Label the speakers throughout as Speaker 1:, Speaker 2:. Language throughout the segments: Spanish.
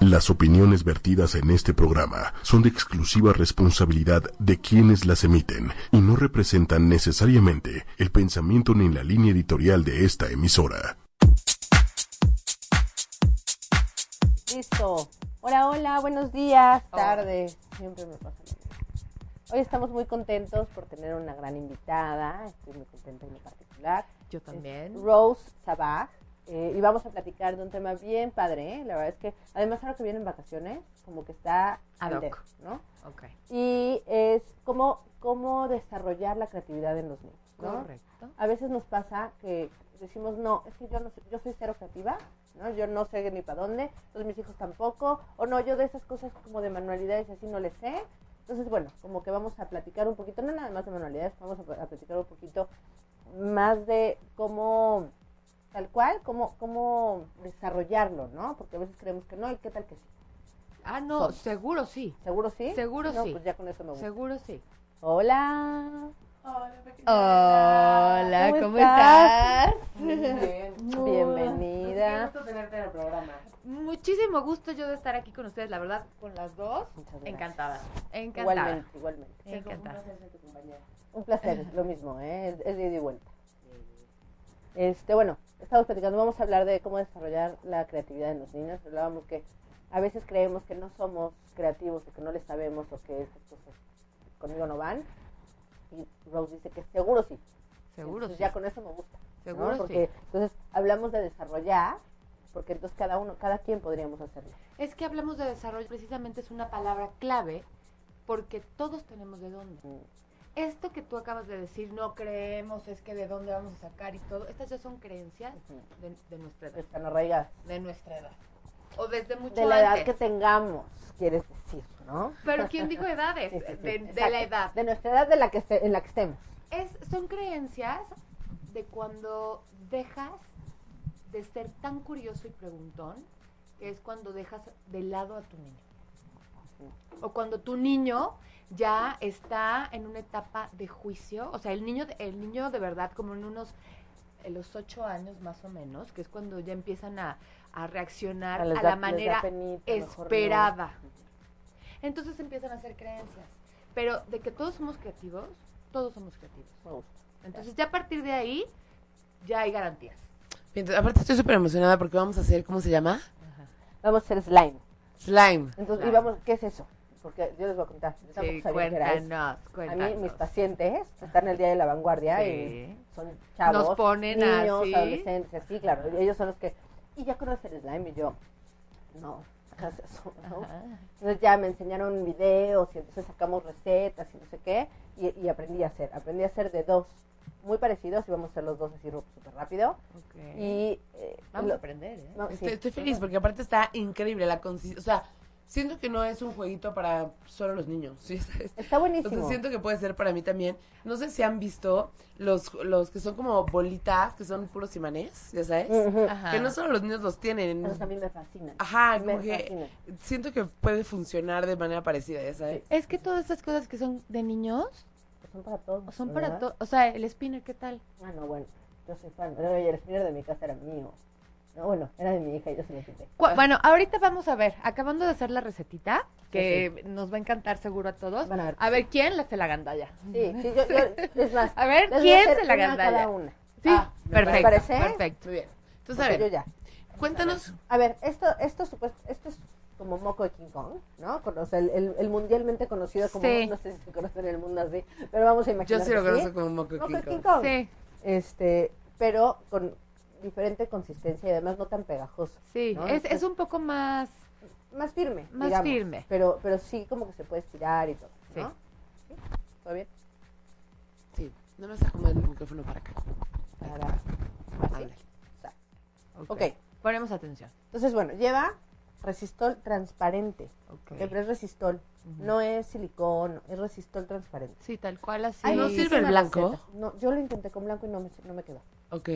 Speaker 1: Las opiniones vertidas en este programa son de exclusiva responsabilidad de quienes las emiten y no representan necesariamente el pensamiento ni la línea editorial de esta emisora.
Speaker 2: Listo. Hola, hola, buenos días, tardes. Siempre me pasa lo mismo. Hoy estamos muy contentos por tener una gran invitada. Estoy muy contenta en lo particular.
Speaker 3: Yo también.
Speaker 2: Rose Sabah. eh, y vamos a platicar de un tema bien padre, ¿eh? La verdad es que, además, ahora que vienen vacaciones, como que está
Speaker 3: Ad
Speaker 2: al
Speaker 3: hoc.
Speaker 2: dedo, ¿no?
Speaker 3: Ok.
Speaker 2: Y es cómo, cómo desarrollar la creatividad en los niños, ¿no?
Speaker 3: Correcto.
Speaker 2: A veces nos pasa que decimos, no, es que yo no sé- yo soy cero creativa, ¿no? Yo no sé ni para dónde, entonces mis hijos tampoco, o no, yo de esas cosas como de manualidades y así no les sé. Entonces, bueno, como que vamos a platicar un poquito, no nada más de manualidades, vamos a, pl- a platicar un poquito más de cómo, tal cual, cómo, cómo desarrollarlo, ¿no? Porque a veces creemos que no, y qué tal que sí.
Speaker 3: Ah, no,
Speaker 2: Son.
Speaker 3: seguro sí.
Speaker 2: ¿Seguro sí?
Speaker 3: Seguro
Speaker 2: No,
Speaker 3: sí.
Speaker 2: pues ya con eso me gusta.
Speaker 3: Seguro sí.
Speaker 2: Hola.
Speaker 3: Hola,
Speaker 2: ¿Cómo
Speaker 3: ¿cómo,
Speaker 2: estás?
Speaker 3: estás?
Speaker 2: Bienvenida.
Speaker 4: tenerte en el programa.
Speaker 3: Muchísimo gusto yo de estar aquí con ustedes, la verdad, con las dos.
Speaker 2: Muchas gracias.
Speaker 3: Encantada. Encantada.
Speaker 2: Igualmente, igualmente.
Speaker 4: Es un
Speaker 3: Encantada.
Speaker 4: placer ser tu compañera.
Speaker 2: Un placer, es lo mismo, ¿eh? es, es de ida y vuelta. Este, bueno, estamos platicando, vamos a hablar de cómo desarrollar la creatividad en los niños. Hablábamos que a veces creemos que no somos creativos, o que no le sabemos, o que estas cosas conmigo no van. Y Rose dice que seguro sí.
Speaker 3: Seguro
Speaker 2: Entonces, pues
Speaker 3: sí.
Speaker 2: Ya con eso me gusta. ¿no?
Speaker 3: Seguro sí.
Speaker 2: Porque entonces hablamos de desarrollar, porque entonces cada uno, cada quien podríamos hacerlo.
Speaker 3: Es que hablamos de desarrollo, precisamente es una palabra clave porque todos tenemos de dónde.
Speaker 2: mm,
Speaker 3: Esto que tú acabas de decir, no creemos, es que de dónde vamos a sacar y todo, estas ya son creencias
Speaker 2: Ujú.
Speaker 3: de, de nuestra edad.
Speaker 2: Están arraigadas.
Speaker 3: De nuestra edad. O desde mucho
Speaker 2: De la edad
Speaker 3: antes.
Speaker 2: que tengamos, quieres decir, ¿no?
Speaker 3: Pero ¿quién dijo edades?
Speaker 2: Sí, sí, sí.
Speaker 3: De, de
Speaker 2: Exacto.
Speaker 3: la edad.
Speaker 2: De nuestra edad de la que este- en la que estemos.
Speaker 3: Es, son creencias de cuando dejas de ser tan curioso y preguntón, que es cuando dejas de lado a tu niño. O cuando tu niño ya está en una etapa de juicio, o sea, el niño, el niño de verdad, como en unos, en los ocho años más o menos, que es cuando ya empiezan a, a reaccionar a,
Speaker 2: les da-
Speaker 3: la
Speaker 2: les da
Speaker 3: manera
Speaker 2: penita, mejor no.
Speaker 3: esperada. Entonces empiezan a hacer creencias. Pero de que todos somos creativos, todos somos creativos.
Speaker 2: Me gusta.
Speaker 3: Entonces ya a partir de ahí, ya hay garantías.
Speaker 4: Mientras- aparte estoy súper emocionada porque vamos a hacer, ¿cómo se llama?
Speaker 2: Vamos a hacer slime.
Speaker 4: Slime.
Speaker 2: Entonces,
Speaker 3: Slime.
Speaker 2: y vamos, ¿qué es eso? Porque yo les voy a contar. Yo tampoco
Speaker 3: Sí,
Speaker 2: sabía que era eso.
Speaker 3: cuéntanos,
Speaker 2: A
Speaker 3: cuéntanos.
Speaker 2: mí, mis pacientes están en el día de la vanguardia
Speaker 3: Sí.
Speaker 2: y son chavos.
Speaker 3: Nos ponen
Speaker 2: niños,
Speaker 3: así.
Speaker 2: adolescentes, así, claro. Ellos son los que. Y ya conoces el slime y yo. No, ¿qué es eso? ¿no?
Speaker 3: Ajá.
Speaker 2: Entonces ya me enseñaron videos y entonces sacamos recetas y no sé qué y, y aprendí a hacer. Aprendí a hacer de dos muy parecidos y vamos a hacer los dos así ru- súper rápido.
Speaker 3: Ok.
Speaker 2: Y eh,
Speaker 3: Vamos
Speaker 2: lo-
Speaker 3: a aprender, ¿eh?
Speaker 2: no, sí.
Speaker 4: Estoy, estoy feliz porque aparte está increíble la consistencia. O sea, siento que no es un jueguito para solo los niños, ¿sí? ¿Sabes?
Speaker 2: Está
Speaker 4: O sea,
Speaker 2: buenísimo.
Speaker 4: siento que puede ser para mí también. No sé si han visto los, los que son como bolitas, que son puros imanes, ¿ya sabes?
Speaker 2: Ujú.
Speaker 3: Ajá.
Speaker 4: Que no solo los niños los tienen.
Speaker 2: Entonces Mm. a mí me fascina.
Speaker 4: Ajá,
Speaker 2: me
Speaker 4: como que
Speaker 2: fascina.
Speaker 4: siento que puede funcionar de manera parecida, ¿ya sabes?
Speaker 3: Es que todas estas cosas que son de niños,
Speaker 2: Pues Son para todos.
Speaker 3: son para
Speaker 2: ¿verdad?
Speaker 3: todos. O sea, el spinner, ¿qué tal?
Speaker 2: Ah, no, bueno, yo soy fan. Pero el spinner de mi casa era mío. No, bueno, era de mi hija y yo se lo quité.
Speaker 3: Cu- Bueno, ahorita vamos a ver, acabando de hacer la recetita, que nos va a encantar seguro a todos.
Speaker 2: Van a ver.
Speaker 3: A ver, ¿quién la se la gandalla?
Speaker 2: Sí, sí, yo, yo- es más.
Speaker 3: A ver,
Speaker 2: les voy
Speaker 3: ¿quién
Speaker 2: hacer
Speaker 3: se la
Speaker 2: una a Cada
Speaker 3: gandalla?
Speaker 2: una.
Speaker 3: Sí,
Speaker 4: Ah, me
Speaker 3: perfecto.
Speaker 2: parece.
Speaker 3: Perfecto.
Speaker 4: Muy bien. Entonces, a
Speaker 2: Porque yo
Speaker 4: ver,
Speaker 2: ya.
Speaker 4: cuéntanos.
Speaker 2: A ver, esto, esto, supuesto, esto es como moco de King Kong, ¿no? Con- o sea, el, el- el mundialmente conocido como,
Speaker 3: Sí.
Speaker 2: no sé si se conoce en el mundo así, pero vamos a imaginar
Speaker 4: Yo sí
Speaker 2: que
Speaker 4: lo conozco
Speaker 2: sí. pues,
Speaker 4: como Moco
Speaker 2: Moco de King
Speaker 4: Kiko.
Speaker 2: Kong.
Speaker 3: Sí,
Speaker 2: Este, pero con diferente consistencia y además no tan pegajoso.
Speaker 3: sí.
Speaker 2: ¿no?
Speaker 3: Es,
Speaker 2: Entonces,
Speaker 3: es un poco más.
Speaker 2: más firme,
Speaker 3: más
Speaker 2: digamos,
Speaker 3: firme.
Speaker 2: Pero, pero sí como que se puede estirar y todo, ¿no?
Speaker 3: Sí.
Speaker 2: ¿Sí? ¿Todo bien?
Speaker 4: Sí, no me acomodo el micrófono para acá.
Speaker 2: Para, así.
Speaker 4: Ándale.
Speaker 2: Sa-
Speaker 3: ok.
Speaker 2: ok,
Speaker 3: Ponemos atención.
Speaker 2: entonces bueno, lleva resistol transparente,
Speaker 3: Ok.
Speaker 2: que es resistol, no es silicón, es resistol transparente.
Speaker 3: Sí, tal cual así.
Speaker 2: Ay,
Speaker 4: ¿No
Speaker 2: sí,
Speaker 4: sirve
Speaker 2: sí,
Speaker 4: el
Speaker 2: me
Speaker 4: blanco?
Speaker 2: receta. No, yo lo intenté con blanco y no me, no me quedó,
Speaker 4: Ok.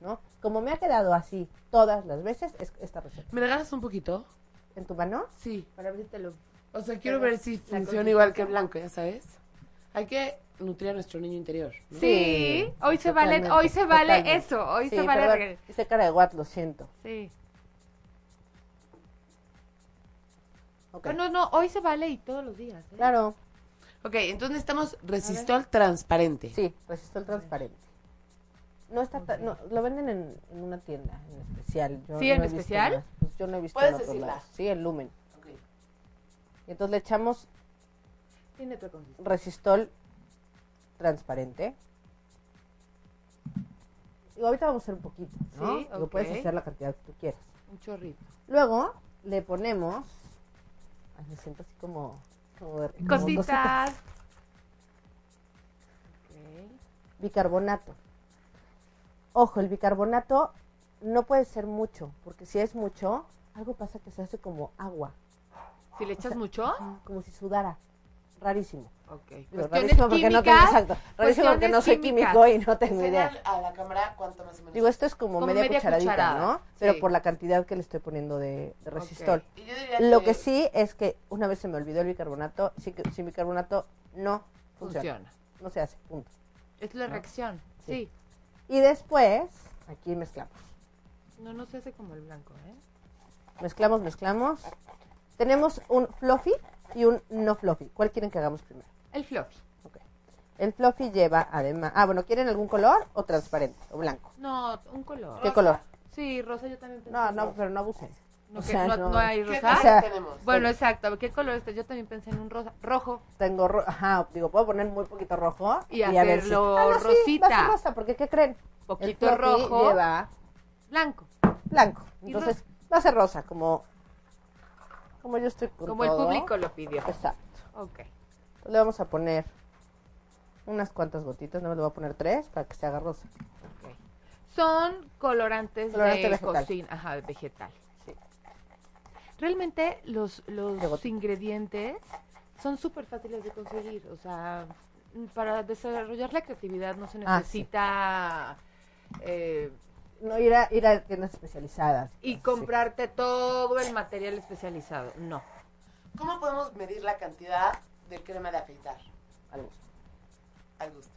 Speaker 2: ¿no? Como me ha quedado así todas las veces, es esta receta.
Speaker 4: ¿Me regalas un poquito?
Speaker 2: ¿En tu mano?
Speaker 4: Sí.
Speaker 3: Para ver si te lo.
Speaker 4: O sea, quiero
Speaker 3: Pero
Speaker 4: ver si
Speaker 3: la
Speaker 4: funciona igual que el blanco, ya sabes. Hay que nutrir a nuestro niño interior. ¿no?
Speaker 3: Sí, hoy se vale,
Speaker 2: Totalmente,
Speaker 3: hoy se vale
Speaker 2: totalmente.
Speaker 3: eso, hoy
Speaker 2: Sí,
Speaker 3: se vale.
Speaker 2: perdón,
Speaker 3: regre-
Speaker 2: hice cara de guat, lo siento.
Speaker 3: Sí.
Speaker 2: Ok.
Speaker 3: Pero Ah, no, no, hoy se vale y todos los días. ¿eh?
Speaker 2: Claro,
Speaker 4: Ok, entonces necesitamos resistol transparente.
Speaker 2: sí, resistol transparente. No está ta- no, lo venden en, en una tienda en especial. Yo
Speaker 3: ¿Sí,
Speaker 2: no
Speaker 3: en
Speaker 2: he visto
Speaker 3: especial?
Speaker 2: más. Pues yo no he visto
Speaker 4: Puedes
Speaker 2: en otros
Speaker 4: decirla.
Speaker 2: lados. Sí, el lumen.
Speaker 4: Ok.
Speaker 2: Y entonces le echamos
Speaker 3: Tiene otra consistencia.
Speaker 2: resistol transparente. Y ahorita vamos a hacer un poquito, ¿no?
Speaker 3: Sí,
Speaker 2: Digo, puedes
Speaker 3: ok.
Speaker 2: hacer la cantidad que tú quieras.
Speaker 3: Un chorrito.
Speaker 2: Luego le ponemos. Ay, me siento así como. como de- como cosita.
Speaker 3: Cositas. Ok.
Speaker 2: Bicarbonato. Ojo, el bicarbonato no puede ser mucho, porque si es mucho, algo pasa que se hace como agua,
Speaker 3: Si le echas mucho,
Speaker 2: como si sudara. Rarísimo.
Speaker 3: ok.
Speaker 2: Digo,
Speaker 3: Cuestiones
Speaker 2: porque no tengo,
Speaker 3: químicas,
Speaker 2: exacto, rarísimo porque no
Speaker 3: cuestiones
Speaker 2: soy
Speaker 3: químicas.
Speaker 2: químico y no tengo idea.
Speaker 4: Enseña a la cámara cuánto más o menos.
Speaker 2: Digo, esto es como,
Speaker 3: Como
Speaker 2: media,
Speaker 3: media
Speaker 2: cucharadita,
Speaker 3: cucharada,
Speaker 2: ¿no?
Speaker 3: sí.
Speaker 2: Pero por la cantidad que le estoy poniendo de, de resistol.
Speaker 4: Y yo diría
Speaker 2: Lo que sí es que una vez se me olvidó el bicarbonato, sí que- sin bicarbonato no funciona.
Speaker 3: funciona.
Speaker 2: No se hace, punto.
Speaker 3: Es la reacción.
Speaker 2: Sí.
Speaker 3: Sí.
Speaker 2: Y después, aquí mezclamos.
Speaker 3: No, no se hace como el blanco, ¿eh?
Speaker 2: Mezclamos, mezclamos. Tenemos un fluffy y un no fluffy. ¿Cuál quieren que hagamos primero?
Speaker 3: El fluffy.
Speaker 2: Ok. El fluffy lleva además... Ah, bueno, ¿quieren algún color o transparente o blanco?
Speaker 3: No, un color.
Speaker 2: ¿Qué color?
Speaker 3: Sí, rosa yo también pensé.
Speaker 2: No, no, pero no abusen.
Speaker 3: No,
Speaker 2: o
Speaker 3: que-
Speaker 2: sea,
Speaker 3: no-
Speaker 2: no.
Speaker 3: no hay
Speaker 4: ¿Qué
Speaker 3: rosa.
Speaker 2: o sea,
Speaker 4: tenemos?
Speaker 3: bueno, exacto. ¿Qué color está? Yo también pensé en un rosa. Rojo.
Speaker 2: Tengo, ro- ajá, digo, puedo poner muy poquito rojo
Speaker 3: Y
Speaker 2: a ver si-
Speaker 3: hacerlo
Speaker 2: Ah, no, sí, va a ser
Speaker 3: rosita.
Speaker 2: rosa, porque ¿qué creen? El
Speaker 3: Poquito
Speaker 2: fluffy
Speaker 3: rojo.
Speaker 2: lleva
Speaker 3: Blanco.
Speaker 2: blanco.
Speaker 3: Y
Speaker 2: Entonces va a ser rosa, como, como yo estoy con
Speaker 3: Como el
Speaker 2: todo.
Speaker 3: público lo pidió.
Speaker 2: Exacto.
Speaker 3: Ok.
Speaker 2: Entonces le vamos a poner unas cuantas gotitas, no me le voy a poner tres para que se haga rosa.
Speaker 3: ok. Son colorantes
Speaker 2: Colorante
Speaker 3: de
Speaker 2: vegetal.
Speaker 3: cocina. Ajá, de vegetal.
Speaker 2: Sí.
Speaker 3: Realmente los,
Speaker 2: De
Speaker 3: los
Speaker 2: gotita.
Speaker 3: ingredientes son súper fáciles de conseguir. O sea, mm, para desarrollar la creatividad no se
Speaker 2: Ah, sí.
Speaker 3: necesita eh,
Speaker 2: No ir a, ir a tiendas especializadas.
Speaker 3: y
Speaker 2: Ah, Sí.
Speaker 3: comprarte todo el material especializado. No.
Speaker 4: ¿Cómo podemos medir la cantidad de crema de afeitar?
Speaker 2: Al gusto.
Speaker 4: Al gusto.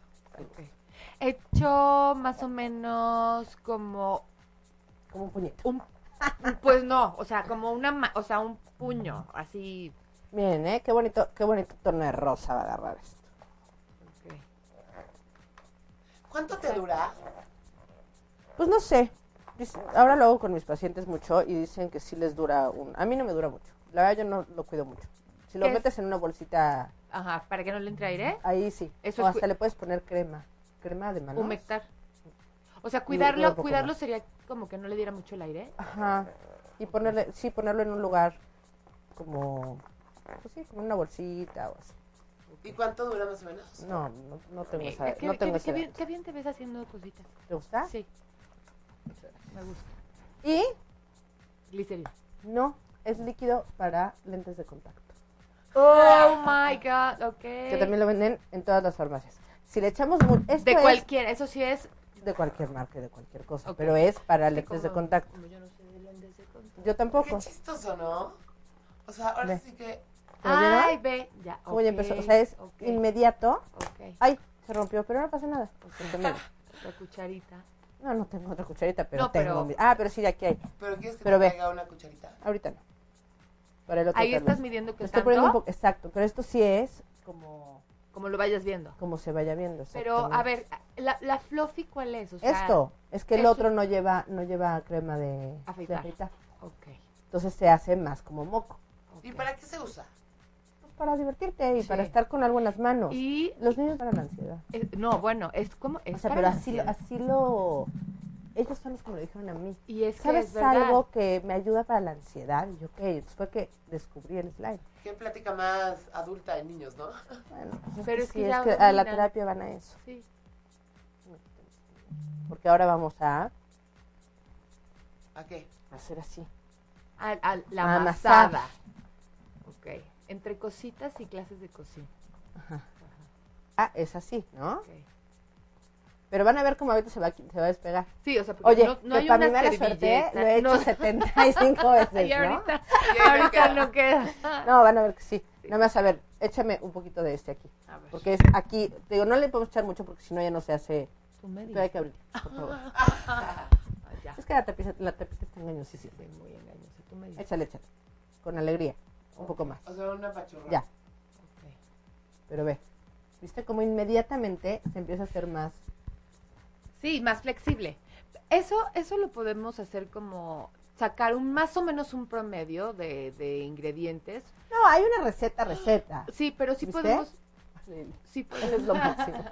Speaker 3: Hecho más o menos como
Speaker 2: Como un puñito.
Speaker 3: un pues no, o sea, como una ma- o sea, un puño, así.
Speaker 2: Miren, ¿eh? Qué bonito, qué bonito tono de rosa va a agarrar esto.
Speaker 4: ¿Cuánto te dura?
Speaker 2: Pues no sé. Dice- Ahora lo hago con mis pacientes mucho y dicen que sí les dura un... A mí no me dura mucho. La verdad yo no lo cuido mucho. Si lo
Speaker 3: ¿Qué es?
Speaker 2: metes en una bolsita,
Speaker 3: Ajá, para que no le entre aire,
Speaker 2: ahí sí.
Speaker 3: Eso
Speaker 2: o
Speaker 3: es
Speaker 2: hasta
Speaker 3: cu-
Speaker 2: le puedes poner crema. Crema de manos.
Speaker 3: humectar. O
Speaker 2: dura
Speaker 3: sea,
Speaker 2: un
Speaker 3: cuidarlo,
Speaker 2: poco
Speaker 3: cuidarlo
Speaker 2: más.
Speaker 3: sería como que no le diera mucho el aire.
Speaker 2: Ajá. Y ponerle, sí, ponerlo en un lugar como... Pues sí, como en una bolsita o así.
Speaker 4: ¿Y cuánto dura más o menos?
Speaker 2: No, no, no tengo
Speaker 3: Eh,
Speaker 2: esa...
Speaker 3: qué-
Speaker 2: no tengo
Speaker 3: qué-
Speaker 2: esa ¿Ah? edad.
Speaker 3: qué bien, qué bien te ves haciendo cositas.
Speaker 2: ¿Te gusta?
Speaker 3: Sí. Me gusta.
Speaker 2: Y
Speaker 3: Glicerina.
Speaker 2: no, es líquido para lentes de contacto.
Speaker 3: Oh my god, ok.
Speaker 2: Ah. Que también lo venden en todas las farmacias. Si le echamos... mu- Esto
Speaker 3: de
Speaker 2: es-
Speaker 3: cualquier, eso sí es.
Speaker 2: de cualquier marca, y de cualquier cosa,
Speaker 3: Ok.
Speaker 2: pero es para lentes de
Speaker 3: como-
Speaker 2: contacto.
Speaker 3: como yo no sé de lentes de contacto.
Speaker 2: Yo tampoco.
Speaker 4: Qué chistoso, ¿no? O sea, ahora
Speaker 2: Ve.
Speaker 4: sí que
Speaker 2: ¿Lo vieron?
Speaker 3: Ay, ve, ya.
Speaker 2: Como ya
Speaker 3: ok,
Speaker 2: empezó, o sea, es
Speaker 3: ok,
Speaker 2: inmediato.
Speaker 3: ok.
Speaker 2: Ay, se rompió, pero no pasa nada. Porque mira,
Speaker 3: La cucharita.
Speaker 2: No, no tengo otra cucharita, pero
Speaker 3: No,
Speaker 2: tengo.
Speaker 3: pero-
Speaker 2: mi- Ah, pero sí, aquí hay.
Speaker 4: ¿Pero quieres que
Speaker 2: Pero
Speaker 4: te
Speaker 2: ve.
Speaker 4: traiga una cucharita?
Speaker 2: Ahorita no. Para el otro
Speaker 3: Ahí
Speaker 2: tal
Speaker 3: estás
Speaker 2: vez.
Speaker 3: midiendo
Speaker 2: Le
Speaker 3: que
Speaker 2: estoy poniendo un
Speaker 3: tanto,
Speaker 2: poco, exacto, pero esto sí es
Speaker 3: como, como lo vayas viendo.
Speaker 2: como se vaya viendo.
Speaker 3: Pero, a
Speaker 2: exactamente.
Speaker 3: ver, la, la fluffy, ¿cuál es? O sea,
Speaker 2: Esto, es que el
Speaker 3: esto-
Speaker 2: otro no lleva no lleva crema de
Speaker 3: Afeitar.
Speaker 2: de afeitar.
Speaker 3: Ok.
Speaker 2: Entonces se hace más como moco.
Speaker 3: ok.
Speaker 4: ¿Y para qué se usa?
Speaker 2: Pues para divertirte y
Speaker 3: Sí.
Speaker 2: para estar con algo en las manos.
Speaker 3: Y-
Speaker 2: Los niños para la ansiedad.
Speaker 3: eh, no, bueno, es como. Es
Speaker 2: O sea,
Speaker 3: para
Speaker 2: pero
Speaker 3: la
Speaker 2: así lo,
Speaker 3: ansiedad.
Speaker 2: así lo... Ellos son los que me lo dijeron a mí.
Speaker 3: Y es que es
Speaker 2: ¿Sabes
Speaker 3: verdad.
Speaker 2: algo que me ayuda para la ansiedad? Y yo, ¿qué? Después que descubrí el slime.
Speaker 4: ¿Qué plática más adulta de niños, no?
Speaker 2: Bueno, pues
Speaker 3: Pero
Speaker 2: es
Speaker 3: es
Speaker 2: que, sí,
Speaker 3: que
Speaker 2: es
Speaker 3: ya
Speaker 2: que a la
Speaker 3: dominan.
Speaker 2: terapia van a eso.
Speaker 3: Sí.
Speaker 2: Porque ahora vamos a
Speaker 4: ¿A qué?
Speaker 2: hacer así.
Speaker 3: Al- al- la
Speaker 2: A amasar.
Speaker 3: amasada. Ok. Entre cositas y clases de cocina.
Speaker 2: Ah, es así, ¿no?
Speaker 3: Ok.
Speaker 2: Pero van a ver cómo ahorita se va, a qui- se va a despegar.
Speaker 3: Sí, o sea, porque
Speaker 2: Oye,
Speaker 3: no, no
Speaker 2: que
Speaker 3: hay
Speaker 2: para
Speaker 3: una
Speaker 2: mi mala suerte ¿eh?
Speaker 3: servilleta,
Speaker 2: lo he hecho
Speaker 3: no.
Speaker 2: 75 veces,
Speaker 3: Y
Speaker 2: ¿no?
Speaker 3: ahorita,
Speaker 4: Ya me
Speaker 3: ahorita
Speaker 4: queda.
Speaker 3: no queda.
Speaker 2: No, van a ver que sí. No me vas a ver. Échame un poquito de este aquí.
Speaker 3: A ver.
Speaker 2: Porque es aquí. Te digo, no le podemos echar mucho porque si no ya no se hace.
Speaker 3: Tú me
Speaker 2: Pero hay
Speaker 3: dices.
Speaker 2: que abrir, por favor.
Speaker 3: Ah, ya.
Speaker 2: Es que la tapita, la tapita está engañosísima.
Speaker 3: Estoy muy engañosa. Tú me dices.
Speaker 2: Échale, échale. Con alegría. un poco más.
Speaker 4: O sea, una pachorra.
Speaker 2: Ya. Pero ve, ¿viste cómo inmediatamente se empieza a hacer más?
Speaker 3: Sí, más flexible. Eso, eso lo podemos hacer como sacar un más o menos un promedio de, de ingredientes.
Speaker 2: No, hay una receta, receta.
Speaker 3: Sí, pero sí
Speaker 2: ¿Viste?
Speaker 3: podemos,
Speaker 2: Él
Speaker 3: sí
Speaker 2: es
Speaker 3: podemos.
Speaker 2: lo máximo.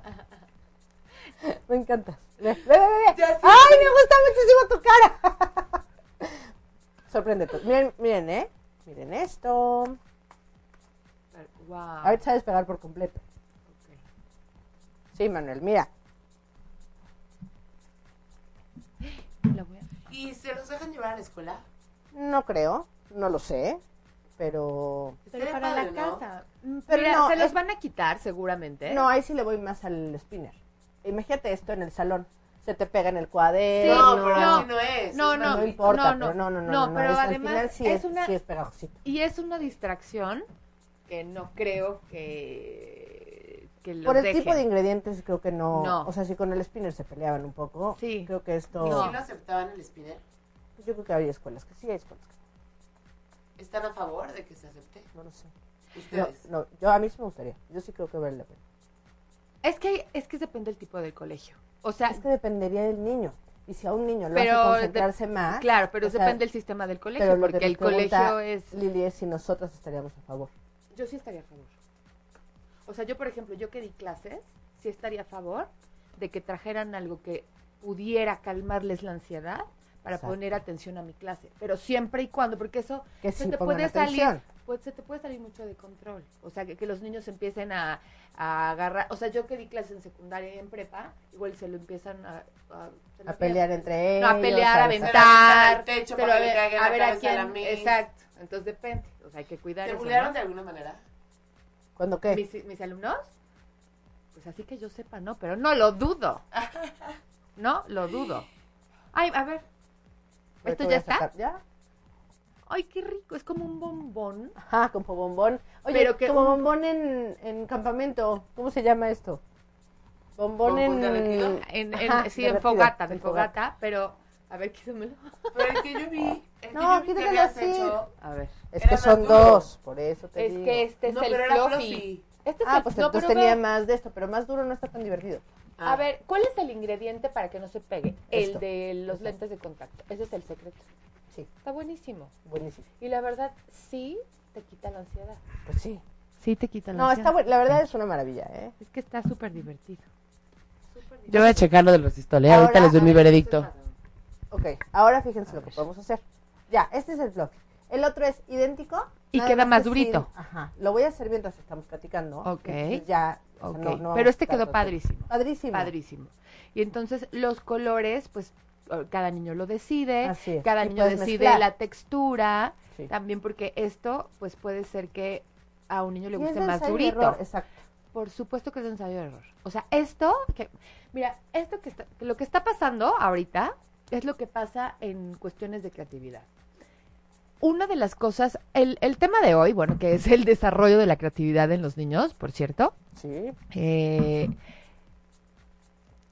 Speaker 2: Me encanta. Ve, ve, ve, ve.
Speaker 4: Ya sí.
Speaker 2: ¡Ay, me gusta muchísimo tu cara! Sorpréndete. Miren, miren, ¿eh? Miren esto.
Speaker 3: Wow.
Speaker 2: A ver, sabes pegar por completo.
Speaker 3: Ah. ok.
Speaker 2: Sí, Manuel, mira.
Speaker 3: La voy a-
Speaker 4: ¿Y se los dejan llevar a la escuela?
Speaker 2: No creo, no lo sé, pero...
Speaker 4: Estaría
Speaker 3: Pero para
Speaker 4: padre,
Speaker 3: la
Speaker 4: ¿no?
Speaker 3: casa. Mm,
Speaker 2: Pero
Speaker 3: Mira,
Speaker 2: no,
Speaker 3: se los
Speaker 2: es-
Speaker 3: van a quitar seguramente.
Speaker 2: No, ahí sí le voy más al spinner. Imagínate esto en el salón. Se te pega en el cuaderno.
Speaker 3: Sí,
Speaker 4: No,
Speaker 2: no,
Speaker 4: pero
Speaker 3: no.
Speaker 4: así no es.
Speaker 3: No,
Speaker 4: es
Speaker 2: no,
Speaker 4: más-
Speaker 2: importa,
Speaker 3: no,
Speaker 2: pero no, no, no,
Speaker 3: no,
Speaker 2: no,
Speaker 3: pero
Speaker 2: es- al
Speaker 3: además
Speaker 2: final sí
Speaker 3: es
Speaker 2: es,
Speaker 3: una-
Speaker 2: sí es pegajosito.
Speaker 3: Y es una distracción que no creo que, que los
Speaker 2: Por el
Speaker 3: dejen.
Speaker 2: tipo de ingredientes creo que no,
Speaker 3: No.
Speaker 2: o sea, si con el spinner se peleaban un poco,
Speaker 3: Sí.
Speaker 2: creo que esto, pues
Speaker 4: ¿Y
Speaker 3: No.
Speaker 4: si lo aceptaban el spinner?
Speaker 2: yo creo que había escuelas que sí, hay escuelas que
Speaker 4: ¿Están a favor de que se acepte?
Speaker 2: no, no lo sé. No,
Speaker 4: Ustedes.
Speaker 3: Pues
Speaker 2: no, yo a mí sí me gustaría, yo sí creo que vale la pena.
Speaker 3: Es que es que depende del tipo del colegio. O sea,
Speaker 2: Es que dependería del niño, y si a un niño lo
Speaker 3: Pero
Speaker 2: hace
Speaker 3: de-
Speaker 2: concentrarse más,
Speaker 3: claro, pero
Speaker 2: ah? o sea,
Speaker 3: depende del sistema del
Speaker 2: pero
Speaker 3: colegio,
Speaker 2: lo que
Speaker 3: porque
Speaker 2: nos
Speaker 3: el colegio
Speaker 2: pregunta
Speaker 3: es
Speaker 2: Lili es si nosotras estaríamos a favor.
Speaker 3: Yo sí estaría a favor. O sea, yo, por ejemplo, yo que di clases, sí estaría a favor de que trajeran algo que pudiera calmarles la ansiedad para
Speaker 2: Exacto.
Speaker 3: poner atención a mi clase. Pero siempre y cuando, porque eso
Speaker 2: Que
Speaker 3: se
Speaker 2: sí
Speaker 3: te
Speaker 2: pongan
Speaker 3: puede
Speaker 2: atención.
Speaker 3: salir, pues, se te puede salir mucho de control. O sea, que, que los niños empiecen a, a agarrar. O sea, yo que di clases en secundaria y en prepa, igual se lo empiezan a, a- se lo
Speaker 2: A pelear
Speaker 3: empiezan-
Speaker 2: entre
Speaker 3: no,
Speaker 2: ellos.
Speaker 3: a pelear, a
Speaker 2: besar.
Speaker 4: aventar
Speaker 3: aventar,
Speaker 4: al techo
Speaker 3: pero
Speaker 4: para
Speaker 3: a
Speaker 4: que le
Speaker 3: ver,
Speaker 4: caiga en
Speaker 3: a
Speaker 4: la
Speaker 3: ver a
Speaker 4: cabeza a la
Speaker 3: quién,
Speaker 4: miss.
Speaker 3: exacto, entonces depende, o sea, hay que cuidar
Speaker 4: ¿Te
Speaker 3: eso,
Speaker 4: bullearon
Speaker 3: ¿no?
Speaker 4: de alguna manera?
Speaker 2: ¿Cuándo qué?
Speaker 3: mis, mis alumnos, pues así que yo sepa, no, pero no lo dudo. No, lo dudo. Ay, a ver.
Speaker 2: Ahorita
Speaker 3: ¿Esto
Speaker 2: voy
Speaker 3: ya
Speaker 2: a
Speaker 3: está?
Speaker 2: sacar- ¿Ya?
Speaker 3: Ay, qué rico, es como un bombón.
Speaker 2: Ajá, Ah, como bombón. Oye,
Speaker 3: Pero que
Speaker 2: como
Speaker 3: un-
Speaker 2: bombón en, en campamento. ¿Cómo se llama esto? Bombón
Speaker 4: ¿Bombón
Speaker 2: en...
Speaker 4: derretido?
Speaker 3: En, en-
Speaker 2: Ajá,
Speaker 3: sí, en
Speaker 2: derretido,
Speaker 3: fogata, de
Speaker 2: en
Speaker 3: fogata, pero a ver, quítamelo.
Speaker 4: Pero el que yo vi, el que
Speaker 2: No,
Speaker 4: yo vi que
Speaker 2: quítatelo
Speaker 4: habías
Speaker 2: así.
Speaker 4: hecho...
Speaker 3: A ver.
Speaker 2: Es
Speaker 4: Era
Speaker 2: que son
Speaker 4: más duro.
Speaker 2: dos, por eso te
Speaker 3: Es
Speaker 2: digo.
Speaker 3: que este
Speaker 4: No,
Speaker 3: es
Speaker 4: pero
Speaker 3: el
Speaker 4: era
Speaker 3: fluffy.
Speaker 4: fluffy.
Speaker 3: Este es
Speaker 2: Ah,
Speaker 3: el
Speaker 2: pues
Speaker 3: no,
Speaker 2: entonces
Speaker 3: pero
Speaker 2: tenía
Speaker 3: ve.
Speaker 2: más de esto, pero más duro no está tan divertido.
Speaker 3: A ver, ¿cuál es el ingrediente para que no se pegue?
Speaker 2: Esto.
Speaker 3: El de los
Speaker 2: Esto.
Speaker 3: lentes de contacto. Ese es el secreto.
Speaker 2: Sí,
Speaker 3: Está buenísimo.
Speaker 2: buenísimo.
Speaker 3: Y la verdad, sí te quita la ansiedad.
Speaker 2: Pues sí.
Speaker 3: Sí te quita
Speaker 2: No, está bu- la verdad es una maravilla, ¿eh?
Speaker 3: Es que está súper divertido.
Speaker 4: Yo voy a checar lo ¿eh? de los pistoles,
Speaker 2: ahorita Ahora, les doy mi a ver,
Speaker 4: veredicto.
Speaker 2: Ok, ahora fíjense lo que podemos hacer. Ya, este es el fluffy. El otro es idéntico.
Speaker 3: Y
Speaker 2: nada
Speaker 3: queda más
Speaker 2: que
Speaker 3: durito.
Speaker 2: sin- ajá. Lo voy a hacer mientras estamos platicando.
Speaker 3: Ok.
Speaker 2: Entonces ya. o sea, no- no
Speaker 3: Ok,
Speaker 2: vamos
Speaker 3: pero
Speaker 2: a
Speaker 3: este
Speaker 2: estar
Speaker 3: quedó
Speaker 2: todo-
Speaker 3: padrísimo.
Speaker 2: Padrísimo.
Speaker 3: Padrísimo. Y entonces los colores, pues eh, cada niño lo decide,
Speaker 2: Así es.
Speaker 3: cada
Speaker 2: Y
Speaker 3: niño
Speaker 2: puedes
Speaker 3: decide
Speaker 2: mezclar.
Speaker 3: la textura,
Speaker 2: Sí.
Speaker 3: también porque esto, pues puede ser que a un niño le
Speaker 2: Y es
Speaker 3: guste
Speaker 2: de
Speaker 3: más
Speaker 2: ensayo y
Speaker 3: durito.
Speaker 2: error, Exacto.
Speaker 3: Por supuesto que es de ensayo de error. O sea, esto, que, mira, esto que está, lo que está pasando ahorita es lo que pasa en cuestiones de creatividad. Una de las cosas, el, el tema de hoy, bueno, que es el desarrollo de la creatividad en los niños, por cierto,
Speaker 2: Sí.
Speaker 3: eh,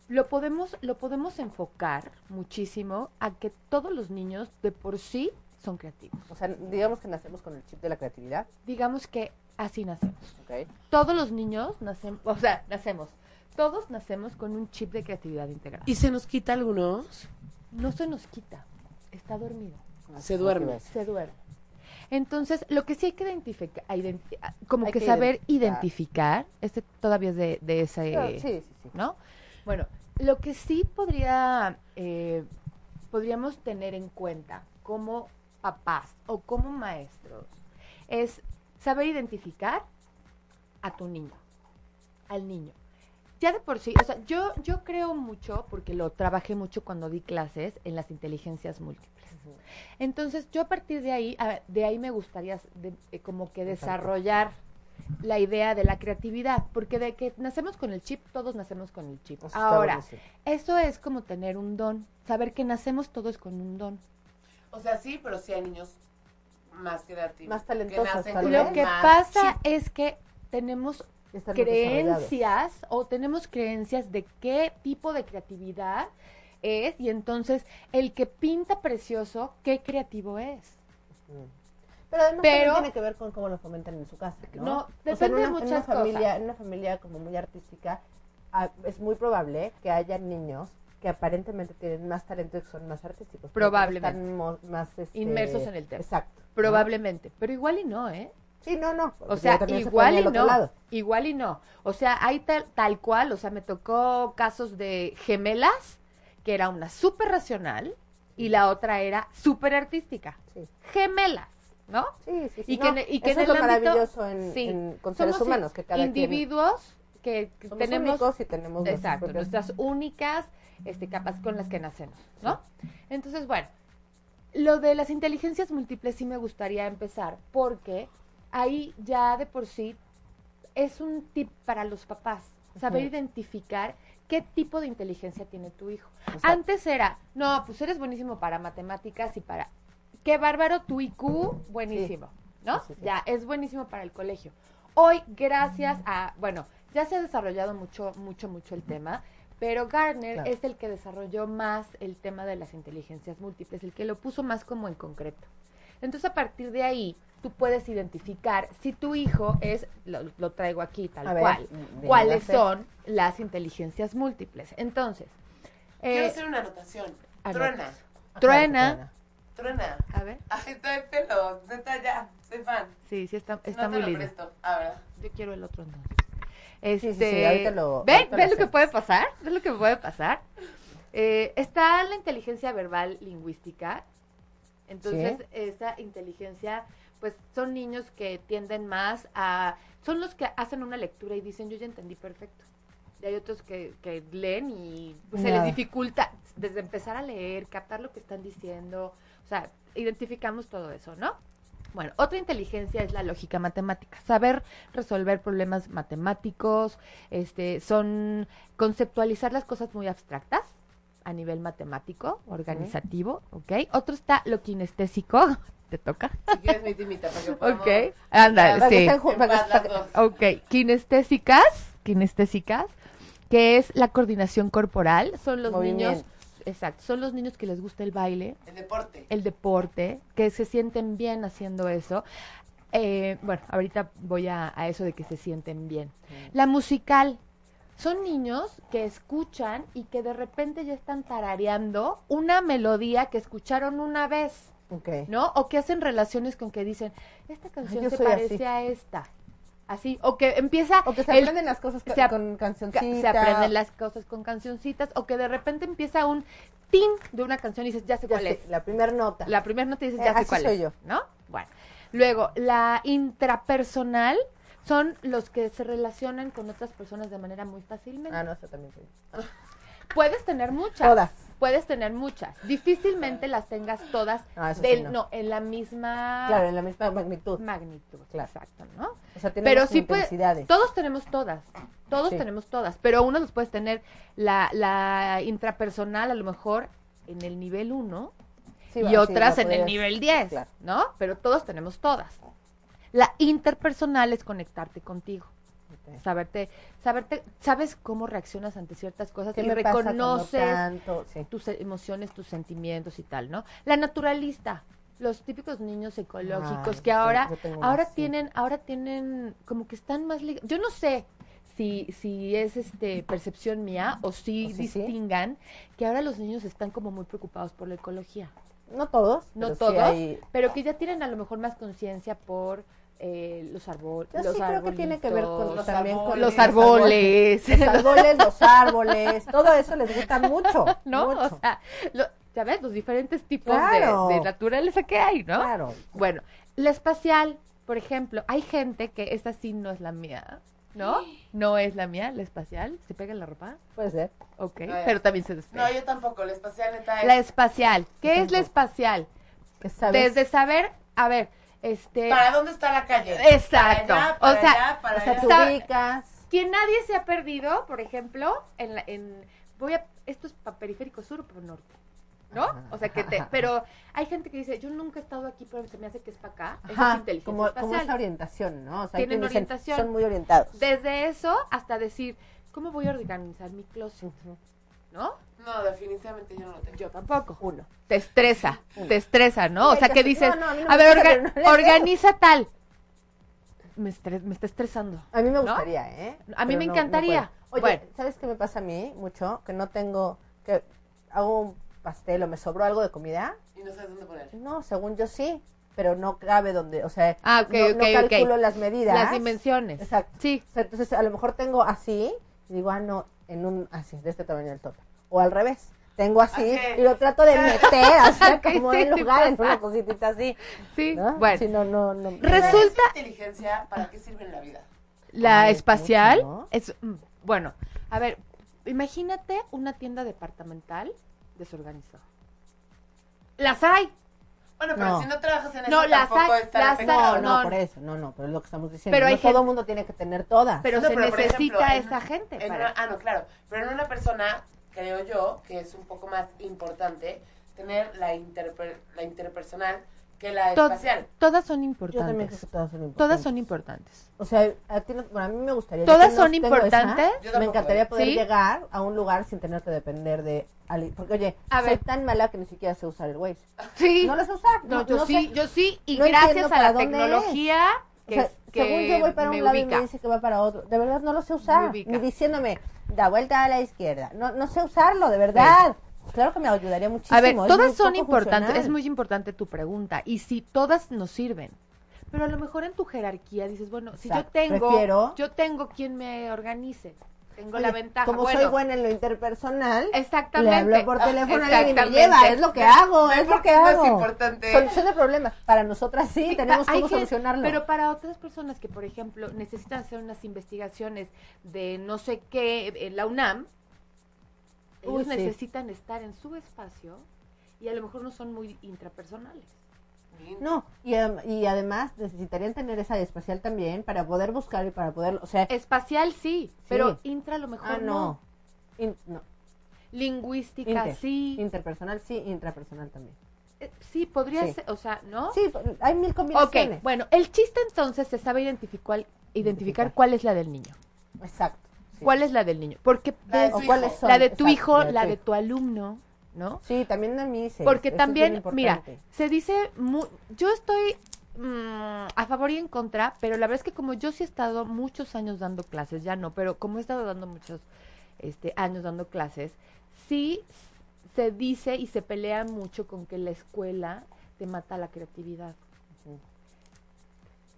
Speaker 3: lo, podemos, lo podemos enfocar muchísimo a que todos los niños de por sí son creativos.
Speaker 2: O sea, digamos que nacemos con el chip de la creatividad,
Speaker 3: Digamos que así nacemos.
Speaker 2: ¿ok?
Speaker 3: Todos los niños nacemos, o sea, nacemos. Todos nacemos con un chip de creatividad integral.
Speaker 4: ¿Y se nos quita algunos?
Speaker 3: No se nos quita, está dormido,
Speaker 4: Se duerme.
Speaker 3: se duerme. Entonces, lo que sí hay que identificar, identi- como
Speaker 2: Hay
Speaker 3: que,
Speaker 2: que
Speaker 3: saber
Speaker 2: identificar.
Speaker 3: identificar, este todavía es de, de ese...
Speaker 2: Sí, Ah, sí, sí.
Speaker 3: ¿no? Bueno, lo que sí podría, eh, podríamos tener en cuenta como papás o como maestros es saber identificar a tu niño, al niño. Ya de por sí, o sea, yo, yo creo mucho, porque lo trabajé mucho cuando di clases en las inteligencias múltiples. Entonces, yo a partir de ahí, a- de ahí me gustaría de- eh, como que
Speaker 2: Exacto.
Speaker 3: desarrollar la idea de la creatividad, porque de que nacemos con el chip, todos nacemos con el chip.
Speaker 2: Eso está
Speaker 3: Ahora,
Speaker 2: buenísimo.
Speaker 3: eso es como tener un don, saber que nacemos todos con un don.
Speaker 4: O sea, sí, pero sí hay niños más creativos.
Speaker 2: Más talentosos,
Speaker 4: Que nacen
Speaker 2: tal
Speaker 4: con
Speaker 2: vez.
Speaker 3: Lo que
Speaker 4: más
Speaker 3: pasa
Speaker 4: chip.
Speaker 3: es que tenemos
Speaker 2: Ya están más desarrollados.
Speaker 3: creencias o tenemos creencias de qué tipo de creatividad es y entonces el que pinta precioso, qué creativo es.
Speaker 2: Mm. Pero además
Speaker 3: Pero-
Speaker 2: también tiene que ver con cómo lo fomentan en su casa, ¿no?
Speaker 3: No,
Speaker 2: O sea,
Speaker 3: depende
Speaker 2: en una-
Speaker 3: de
Speaker 2: en una
Speaker 3: muchas
Speaker 2: familia,
Speaker 3: cosas.
Speaker 2: En una familia como muy artística, ah, es muy probable que haya niños que aparentemente tienen más talento y que son más artísticos. pero porque
Speaker 3: Probablemente.
Speaker 2: Están mo- más... este,
Speaker 3: Inmersos en el tema.
Speaker 2: Exacto. ¿no?
Speaker 3: Probablemente. Pero igual y no, ¿eh?
Speaker 2: Sí, no, no.
Speaker 3: O
Speaker 2: porque
Speaker 3: sea,
Speaker 2: también se
Speaker 3: igual
Speaker 2: pone
Speaker 3: y
Speaker 2: al otro
Speaker 3: no.
Speaker 2: lado.
Speaker 3: Igual y no. O sea, hay tal, tal cual, o sea, me tocó casos de gemelas, que era una súper racional y la otra era súper artística.
Speaker 2: Sí.
Speaker 3: Gemelas, ¿no?
Speaker 2: Sí, sí, sí.
Speaker 3: Y
Speaker 2: no,
Speaker 3: que, en- e, y que
Speaker 2: eso
Speaker 3: en
Speaker 2: es lo
Speaker 3: el ámbito-
Speaker 2: maravilloso en,
Speaker 3: sí,
Speaker 2: en- con seres
Speaker 3: somos
Speaker 2: humanos, que cada
Speaker 3: individuos que
Speaker 2: quien somos
Speaker 3: tenemos
Speaker 2: únicos y tenemos nuestros
Speaker 3: Exacto,
Speaker 2: propios-
Speaker 3: nuestras únicas este, capas con las que nacemos, ¿no? Entonces, bueno, lo de las inteligencias múltiples sí me gustaría empezar porque ahí ya de por sí es un tip para los papás, saber
Speaker 2: Ujú.
Speaker 3: identificar qué tipo de inteligencia tiene tu hijo.
Speaker 2: Exacto.
Speaker 3: Antes era, no, pues eres buenísimo para matemáticas y para... Qué bárbaro, tu IQ, buenísimo, ¿no?
Speaker 2: Sí, sí, sí.
Speaker 3: Ya, es buenísimo para el colegio. Hoy, gracias a, bueno, ya se ha desarrollado mucho, mucho, mucho el tema, pero Gardner
Speaker 2: Claro.
Speaker 3: es el que desarrolló más el tema de las inteligencias múltiples, el que lo puso más como en concreto. Entonces, a partir de ahí, tú puedes identificar si tu hijo es, lo, lo traigo aquí tal
Speaker 2: A ver,
Speaker 3: cual,
Speaker 2: dímelo
Speaker 3: cuáles
Speaker 2: hacer.
Speaker 3: son las inteligencias múltiples. Entonces,
Speaker 4: Quiero
Speaker 3: eh,
Speaker 4: hacer una anotación.
Speaker 3: anotas.
Speaker 4: Truena,
Speaker 2: Ajá,
Speaker 3: truena,
Speaker 4: truena.
Speaker 3: a ver,
Speaker 4: Ay, trae pelo. Neta, ya. Soy fan.
Speaker 3: sí, sí, está, está
Speaker 4: no te
Speaker 3: muy
Speaker 4: lo
Speaker 3: lindo.
Speaker 4: presto. Ahora.
Speaker 3: Yo quiero el otro entonces.
Speaker 2: sí,
Speaker 3: Este,
Speaker 2: sí, ahorita lo-
Speaker 3: ¿Ven?
Speaker 2: ahorita lo
Speaker 3: ¿Ven lo que
Speaker 2: hacemos.
Speaker 3: puede pasar? ¿Ven lo que puede pasar? Eh, está la inteligencia verbal lingüística. Entonces,
Speaker 2: Sí.
Speaker 3: esa inteligencia, pues son niños que tienden más a... Son los que hacen una lectura y dicen, yo ya entendí perfecto. Y hay otros que, que leen y pues, se les
Speaker 2: Nada.
Speaker 3: dificulta desde empezar a leer, captar lo que están diciendo. O sea, identificamos todo eso, ¿no? Bueno, otra inteligencia es la lógica matemática, saber resolver problemas matemáticos, este, son conceptualizar las cosas muy abstractas a nivel matemático, organizativo, ¿ok? Otro está lo kinestésico, te toca,
Speaker 4: Si quieres, me timita para que podamos.
Speaker 3: ¿ok? Ándale,
Speaker 2: Para que
Speaker 3: sí.
Speaker 2: estén ju- para que-
Speaker 4: En paz las dos.
Speaker 3: Ok, kinestésicas, kinestésicas, que es la coordinación corporal, son los niños,
Speaker 2: Movimiento.
Speaker 3: exacto, son los niños que les gusta el baile,
Speaker 4: El deporte.
Speaker 3: el deporte, que se sienten bien haciendo eso. Eh, bueno, ahorita voy a, a eso de que se sienten bien. La musical. Son niños que escuchan y que de repente ya están tarareando una melodía que escucharon una vez,
Speaker 2: Ok.
Speaker 3: ¿no? O que hacen relaciones con que dicen, esta canción
Speaker 2: yo
Speaker 3: se
Speaker 2: soy
Speaker 3: parece
Speaker 2: así.
Speaker 3: a esta. Así, o que empieza...
Speaker 2: O que se
Speaker 3: el-
Speaker 2: aprenden las cosas ca-
Speaker 3: se ap-
Speaker 2: con
Speaker 3: ca-
Speaker 2: cancioncitas.
Speaker 3: se aprenden las cosas con cancioncitas, o que de repente empieza un tin de una canción y dices, ya sé
Speaker 2: Ya
Speaker 3: cuál
Speaker 2: sé,
Speaker 3: es.
Speaker 2: pues, La primera nota.
Speaker 3: La primera no te dices,
Speaker 2: Eh,
Speaker 3: ya sé
Speaker 2: así
Speaker 3: cuál
Speaker 2: soy
Speaker 3: es,
Speaker 2: yo.
Speaker 3: ¿No? Bueno. Luego, la intrapersonal son los que se relacionan con otras personas de manera muy fácilmente.
Speaker 2: Ah, no, esa también soy yo.
Speaker 3: Puedes tener muchas.
Speaker 2: Todas.
Speaker 3: Puedes tener muchas. Difícilmente las tengas todas
Speaker 2: Ah, eso sí,
Speaker 3: del,
Speaker 2: no.
Speaker 3: no, en la misma
Speaker 2: Claro, en la misma magnitud.
Speaker 3: magnitud.
Speaker 2: Claro.
Speaker 3: Exacto, ¿no?
Speaker 2: O sea, tenemos
Speaker 3: Pero sí puede,
Speaker 2: intensidades.
Speaker 3: todos tenemos todas, todos
Speaker 2: Sí.
Speaker 3: tenemos todas, pero uno los puedes tener la, la intrapersonal a lo mejor en el nivel 1
Speaker 2: Sí,
Speaker 3: y
Speaker 2: va, sí,
Speaker 3: otras
Speaker 2: la
Speaker 3: en el
Speaker 2: podrías-
Speaker 3: nivel 10,
Speaker 2: Claro.
Speaker 3: ¿no? Pero todos tenemos todas. La interpersonal es conectarte contigo,
Speaker 2: Ok.
Speaker 3: saberte, saberte, sabes cómo reaccionas ante ciertas cosas
Speaker 2: ¿Qué
Speaker 3: y
Speaker 2: me pasa cuando
Speaker 3: reconoces
Speaker 2: tanto? Sí.
Speaker 3: tus emociones, tus sentimientos y tal, ¿no? La naturalista, los típicos niños ecológicos
Speaker 2: Ay, sí,
Speaker 3: que ahora,
Speaker 2: yo tengo una
Speaker 3: ahora
Speaker 2: así.
Speaker 3: tienen, ahora tienen, como que están más ligados. Yo no sé si, si es este percepción mía o si
Speaker 2: O si sí.
Speaker 3: distingan que ahora los niños están como muy preocupados por la ecología
Speaker 2: No todos.
Speaker 3: no
Speaker 2: pero sí
Speaker 3: todos,
Speaker 2: hay-
Speaker 3: pero que ya tienen a lo mejor más conciencia por eh, los árboles.
Speaker 2: Yo sí creo que tiene que ver con
Speaker 4: Los
Speaker 2: también con
Speaker 3: los árboles.
Speaker 2: Los árboles, los árboles, todo eso les gusta mucho.
Speaker 3: ¿No?
Speaker 2: mucho.
Speaker 3: O sea, lo- ya ves, los diferentes tipos de-
Speaker 2: Claro.
Speaker 3: de, naturaleza que hay, ¿no?
Speaker 2: Claro.
Speaker 3: Bueno, la espacial, por ejemplo, hay gente que esta sí no es la mía, ¿no? No es la mía, la espacial. ¿Se pega en la ropa?
Speaker 2: Puede ser.
Speaker 3: Ok,
Speaker 4: ya.
Speaker 3: pero también se despega.
Speaker 4: No, yo tampoco. La espacial neta es.
Speaker 3: la espacial. ¿Qué es
Speaker 2: tampoco.
Speaker 3: la espacial?
Speaker 2: Que sabes.
Speaker 3: Desde saber, a ver, este...
Speaker 4: ¿Para dónde está la calle?
Speaker 3: Exacto.
Speaker 4: Para allá, para
Speaker 3: o sea,
Speaker 4: allá, para
Speaker 2: o sea,
Speaker 4: allá.
Speaker 2: te
Speaker 3: sabe-
Speaker 2: ubicas.
Speaker 3: que nadie se ha perdido, por ejemplo, en, la- en voy a esto es pa- periférico sur o norte. ¿No?
Speaker 2: Ajá.
Speaker 3: O sea que te, pero hay gente que dice, yo nunca he estado aquí, pero se me hace que es para acá. Eso
Speaker 2: Ajá,
Speaker 3: es inteligencia
Speaker 2: como, como
Speaker 3: espacial.
Speaker 2: esa orientación, ¿no? O sea, hay
Speaker 3: Tienen
Speaker 2: quienes dicen,
Speaker 3: orientación.
Speaker 2: Son muy orientados.
Speaker 3: Desde eso hasta decir, ¿cómo voy a organizar mi closet?
Speaker 2: Ujú.
Speaker 3: ¿no?
Speaker 4: No, definitivamente yo no lo tengo.
Speaker 2: Yo tampoco. Uno.
Speaker 3: Te estresa, te estresa, ¿no? O
Speaker 2: Ay,
Speaker 3: sea,
Speaker 2: ya
Speaker 3: que
Speaker 2: sé.
Speaker 3: dices,
Speaker 2: No, no, a mí no
Speaker 3: a
Speaker 2: me
Speaker 3: ver,
Speaker 2: gusta,
Speaker 3: orga-
Speaker 2: pero no le
Speaker 3: organiza tal. Me, estres- me está estresando.
Speaker 2: A mí me gustaría, ¿eh?
Speaker 3: A mí
Speaker 2: Pero
Speaker 3: me
Speaker 2: no- no
Speaker 3: encantaría.
Speaker 2: puedo. Oye,
Speaker 3: Bueno.
Speaker 2: ¿sabes qué me pasa a mí mucho? Que no tengo, que hago un pastel o me sobró algo de comida.
Speaker 4: Y no sabes dónde poner.
Speaker 2: No, según yo sí, pero no cabe donde, o sea,
Speaker 3: Ah, ok,
Speaker 2: no, no
Speaker 3: ok, ok.
Speaker 2: calculo las medidas.
Speaker 3: Las dimensiones.
Speaker 2: Exacto.
Speaker 3: Sí.
Speaker 2: O sea, entonces, a lo mejor tengo así, y digo, ah, no, en un así, de este tamaño del tope. O al revés, tengo así,
Speaker 4: Así.
Speaker 2: y lo trato de meter, así,
Speaker 3: Ok,
Speaker 2: como
Speaker 3: sí,
Speaker 2: en
Speaker 3: sí
Speaker 2: lugar, en
Speaker 3: pasa.
Speaker 2: una cositita así.
Speaker 3: Sí,
Speaker 2: ¿no?
Speaker 3: bueno.
Speaker 2: Sí, no, no, no.
Speaker 3: Resulta-
Speaker 4: Esa inteligencia, ¿para qué sirve en la vida?
Speaker 3: La
Speaker 2: Ay,
Speaker 3: espacial
Speaker 2: mucho, ¿no?
Speaker 3: es mm, bueno. A ver, imagínate una tienda departamental desorganizada. Las hay.
Speaker 4: Bueno, pero
Speaker 2: No.
Speaker 4: si no trabajas en
Speaker 3: No,
Speaker 4: eso,
Speaker 3: las
Speaker 4: tampoco
Speaker 3: hay,
Speaker 4: está
Speaker 3: las
Speaker 4: la
Speaker 3: hay.
Speaker 2: No,
Speaker 4: pecado.
Speaker 2: no,
Speaker 3: no,
Speaker 2: por
Speaker 3: no.
Speaker 2: eso, no, no, pero es lo que estamos diciendo.
Speaker 3: Pero hay
Speaker 2: no todo
Speaker 3: gente-
Speaker 2: el mundo tiene que tener todas.
Speaker 3: Pero
Speaker 4: No,
Speaker 3: se
Speaker 4: pero, por
Speaker 3: necesita
Speaker 4: ejemplo, en-
Speaker 3: esa gente.
Speaker 4: En
Speaker 3: para-
Speaker 4: una- ah, no, claro. Pero en una persona, creo yo, que es un poco más importante tener la, interper- la interpersonal que la
Speaker 3: To-
Speaker 4: espacial.
Speaker 3: todas son
Speaker 2: yo también creo
Speaker 3: importantes.
Speaker 2: que todas son importantes.
Speaker 3: Todas son importantes.
Speaker 2: O sea, a ti no- bueno, a mí me gustaría. yo
Speaker 3: Todas
Speaker 2: que no
Speaker 3: son
Speaker 2: tengo esa,
Speaker 3: importantes.
Speaker 4: Yo
Speaker 2: me
Speaker 4: tampoco.
Speaker 2: encantaría poder
Speaker 3: ¿Sí?
Speaker 2: llegar a un lugar sin tener que depender de alguien. Porque, oye,
Speaker 3: A
Speaker 2: soy
Speaker 3: ver.
Speaker 2: tan mala que ni siquiera sé usar el Waze.
Speaker 3: Sí.
Speaker 2: No lo sé usar.
Speaker 3: No, yo
Speaker 2: no
Speaker 3: sí,
Speaker 2: sé.
Speaker 3: yo sí, y
Speaker 2: no
Speaker 3: gracias
Speaker 2: entiendo
Speaker 3: a
Speaker 2: para
Speaker 3: la
Speaker 2: dónde
Speaker 3: tecnología
Speaker 2: O
Speaker 3: que,
Speaker 2: sea,
Speaker 3: que
Speaker 2: según yo voy para
Speaker 3: me
Speaker 2: un lado y
Speaker 3: ubica.
Speaker 2: me dice que va para otro. De verdad no lo sé usar.
Speaker 3: ubica.
Speaker 2: Ni diciéndome, da vuelta a la izquierda. No, no sé usarlo, de verdad. Claro que me ayudaría muchísimo.
Speaker 3: a ver,
Speaker 2: es
Speaker 3: todas
Speaker 2: muy
Speaker 3: son
Speaker 2: poco
Speaker 3: importantes,
Speaker 2: funcional.
Speaker 3: es muy importante tu pregunta, y si todas nos sirven. Pero a lo mejor en tu jerarquía dices, bueno, si yo
Speaker 2: Exacto,
Speaker 3: tengo,
Speaker 2: prefiero-
Speaker 3: yo tengo quien me organice, tengo
Speaker 2: Oye,
Speaker 3: la ventaja.
Speaker 2: Como
Speaker 3: bueno,
Speaker 2: soy buena en lo interpersonal, le
Speaker 3: Exactamente.
Speaker 2: hablo por teléfono a alguien y me
Speaker 3: Exactamente.
Speaker 2: lleva. Es lo que hago,
Speaker 4: ¿Ven
Speaker 2: es
Speaker 4: por
Speaker 2: lo que
Speaker 4: qué es más
Speaker 2: hago.
Speaker 4: importante?
Speaker 2: Solución de problemas. Para nosotras sí,
Speaker 3: Sí,
Speaker 2: tenemos
Speaker 3: pa- hay
Speaker 2: cómo
Speaker 3: que-
Speaker 2: solucionarlo.
Speaker 3: Pero para otras personas que, por ejemplo, necesitan hacer unas investigaciones de no sé qué en la UNAM,
Speaker 2: Uy,
Speaker 3: ellos
Speaker 2: sí.
Speaker 3: necesitan estar en su espacio y a lo mejor no son muy intrapersonales.
Speaker 2: No, y, adem- y además necesitarían tener esa espacial también para poder buscar y para poder, o sea,
Speaker 3: Espacial sí, pero intra a lo mejor
Speaker 2: ah, no.
Speaker 3: no.
Speaker 2: In- no,
Speaker 3: Lingüística
Speaker 2: inter.
Speaker 3: sí.
Speaker 2: interpersonal sí, intrapersonal también.
Speaker 3: Eh, sí, podría
Speaker 2: Sí.
Speaker 3: ser, o sea, ¿no?
Speaker 2: Sí, pues, hay mil
Speaker 3: ok,
Speaker 2: combinaciones.
Speaker 3: bueno, el chiste entonces se sabe identificar, identificar
Speaker 2: Identificar.
Speaker 3: cuál es la del niño.
Speaker 2: Exacto. sí.
Speaker 3: ¿Cuál es la del niño? Porque
Speaker 4: La de
Speaker 3: ves-
Speaker 4: tu
Speaker 2: ¿O
Speaker 4: hijo.
Speaker 2: cuáles son?
Speaker 3: la de
Speaker 2: Exacto,
Speaker 3: tu hijo, la
Speaker 2: tu
Speaker 3: de
Speaker 2: hijo.
Speaker 3: tu alumno, ¿no?
Speaker 2: Sí, también a mí sí.
Speaker 3: Porque
Speaker 2: eso es
Speaker 3: también,
Speaker 2: bien
Speaker 3: mira,
Speaker 2: importante.
Speaker 3: se dice, mu- yo estoy mm, a favor y en contra, pero la verdad es que como yo sí he estado muchos años dando clases, ya no, pero como he estado dando muchos este, años dando clases, sí se dice y se pelea mucho con que la escuela te mata la creatividad.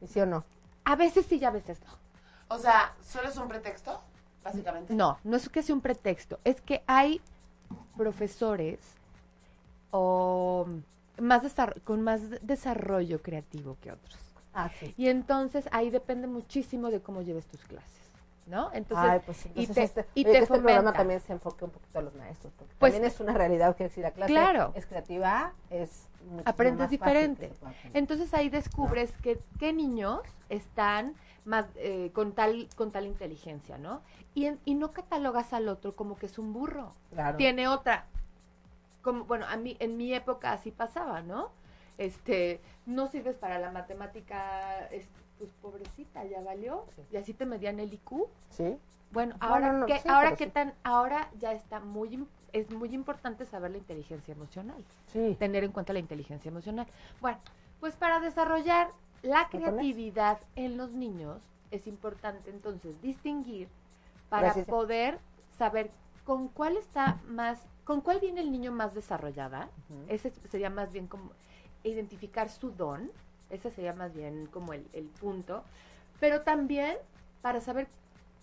Speaker 2: ¿Sí o no?
Speaker 3: A veces sí y a veces no.
Speaker 4: O sea, ¿solo es un pretexto? Básicamente.
Speaker 3: No, no es que sea un pretexto, es que hay profesores o más desar- con más de- desarrollo creativo que otros.
Speaker 2: Ah, sí.
Speaker 3: Y entonces ahí depende muchísimo de cómo lleves tus clases, ¿no? Entonces,
Speaker 2: Ay, pues entonces
Speaker 3: y te,
Speaker 2: este,
Speaker 3: y
Speaker 2: oye,
Speaker 3: te
Speaker 2: que este programa
Speaker 3: fomenta.
Speaker 2: también se enfoque un poquito a los maestros. Porque
Speaker 3: Pues-
Speaker 2: también es una realidad que si la clase
Speaker 3: Claro.
Speaker 2: es creativa, es muchísimo
Speaker 3: Aprendes
Speaker 2: más fácil
Speaker 3: diferente.
Speaker 2: que se pueda aprender.
Speaker 3: Entonces ahí descubres que qué niños están más eh, con tal con tal inteligencia, ¿no? Y, en- y no catalogas al otro como que es un burro.
Speaker 2: Claro.
Speaker 3: tiene otra. Como, bueno, a mí, en mi época así pasaba, ¿no? Este, no sirves para la matemática, es, pues pobrecita, ya valió.
Speaker 2: Sí.
Speaker 3: Y así te medían el IQ.
Speaker 2: Sí.
Speaker 3: Bueno,
Speaker 2: Bueno,
Speaker 3: ahora
Speaker 2: no,
Speaker 3: que,
Speaker 2: sí,
Speaker 3: ahora
Speaker 2: pero
Speaker 3: qué
Speaker 2: sí.
Speaker 3: tan, ahora ya está muy, im- es muy importante saber la inteligencia emocional,
Speaker 2: Sí.
Speaker 3: tener en cuenta la inteligencia emocional. Bueno, pues para desarrollar la
Speaker 2: ¿Me pones?
Speaker 3: creatividad en los niños es importante entonces distinguir para
Speaker 2: Gracias.
Speaker 3: poder saber con cuál está más, con cuál viene el niño más desarrollada.
Speaker 2: Ujú.
Speaker 3: Ese sería más bien como identificar su don. Ese sería más bien como el, el punto. Pero también para saber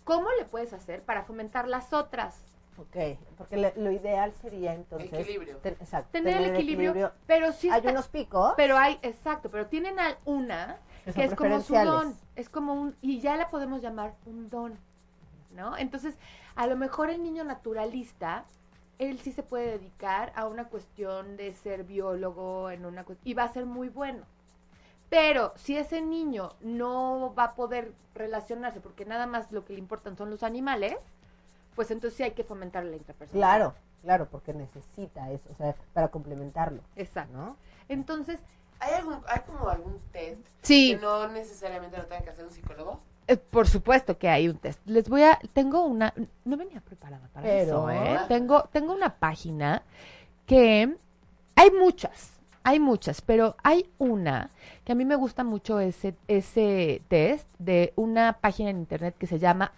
Speaker 3: cómo le puedes hacer para fomentar las otras.
Speaker 2: Ok, porque le- lo ideal sería entonces...
Speaker 4: Equilibrio.
Speaker 2: ten- exacto,
Speaker 3: Tener, el equilibrio, pero sí
Speaker 2: Hay
Speaker 3: está-
Speaker 2: unos picos
Speaker 3: pero hay, exacto, pero tienen al- una
Speaker 2: que, son
Speaker 3: que es como su
Speaker 2: preferenciales.
Speaker 3: don, es como un, y ya la podemos llamar un don, ¿no? Entonces, a lo mejor el niño naturalista, él sí se puede dedicar a una cuestión de ser biólogo, en una cues- y va a ser muy bueno. Pero si ese niño no va a poder relacionarse porque nada más lo que le importan son los animales, pues entonces sí hay que fomentar la intrapersonal.
Speaker 2: Claro, claro, porque necesita eso, o sea, para complementarlo,
Speaker 3: Exacto.
Speaker 2: ¿no?
Speaker 3: Entonces,
Speaker 4: ¿Hay, algún, ¿Hay como algún test
Speaker 3: sí,
Speaker 4: que no necesariamente lo tenga que hacer un psicólogo?
Speaker 3: Eh, Por supuesto que hay un test. Les voy a, tengo una, no venía preparada para
Speaker 2: Pero-
Speaker 3: eso, ¿eh? Tengo, tengo una página que hay muchas, hay muchas, pero hay una que a mí me gusta mucho ese, ese test de una página en internet que se llama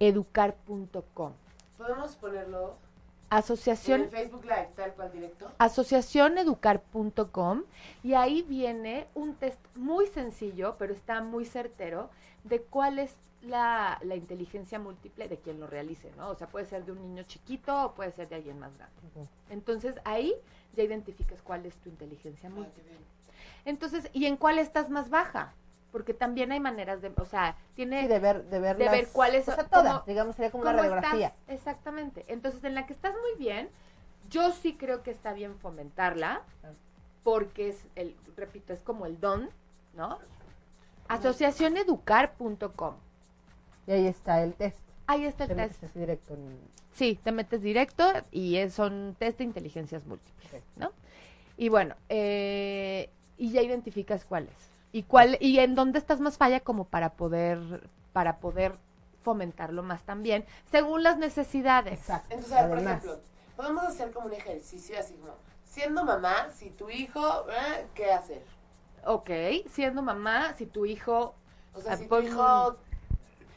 Speaker 3: asociacioneducar.com.
Speaker 4: ¿Podemos ponerlo en
Speaker 3: Asociación
Speaker 4: el Facebook Live, tal cual directo?
Speaker 3: asociacioneducar.com y ahí viene un test muy sencillo, pero está muy certero, de cuál es la, la inteligencia múltiple de quien lo realice, ¿no? O sea, puede ser de un niño chiquito o puede ser de alguien más grande.
Speaker 2: Ujú.
Speaker 3: Entonces ahí ya identificas cuál es tu inteligencia
Speaker 4: Ah,
Speaker 3: múltiple.
Speaker 4: qué bien.
Speaker 3: Entonces, ¿y en cuál estás más baja? Porque también hay maneras de, o sea, tiene...
Speaker 2: Sí, de ver, de ver,
Speaker 3: de
Speaker 2: las-
Speaker 3: ver cuáles
Speaker 2: o sea,
Speaker 3: son-
Speaker 2: todas,
Speaker 3: cómo-
Speaker 2: digamos, sería como una
Speaker 3: ¿Cómo
Speaker 2: radiografía.
Speaker 3: estás? Exactamente. Entonces, en la que estás muy bien, yo sí creo que está bien fomentarla, porque es el, repito, es como el don, ¿no? Asociacioneducar.com.
Speaker 2: Y ahí está el test.
Speaker 3: Ahí está
Speaker 2: Te
Speaker 3: el
Speaker 2: metes
Speaker 3: test.
Speaker 2: así directo en-
Speaker 3: Sí, te metes directo y es- son test de inteligencias múltiples, ¿no? Y bueno, eh, y ya identificas cuáles. Y cuál, y en dónde estás más falla como para poder, para poder fomentarlo más también, según las necesidades.
Speaker 2: Exacto.
Speaker 4: Entonces, a ver, por
Speaker 2: Además.
Speaker 4: ejemplo, podemos hacer como un ejercicio así como, siendo mamá, si tu hijo, ¿eh? ¿qué hacer?
Speaker 3: Ok, siendo mamá, si tu hijo...
Speaker 4: O sea,
Speaker 3: Ah,
Speaker 4: si tu
Speaker 3: pon-
Speaker 4: hijo,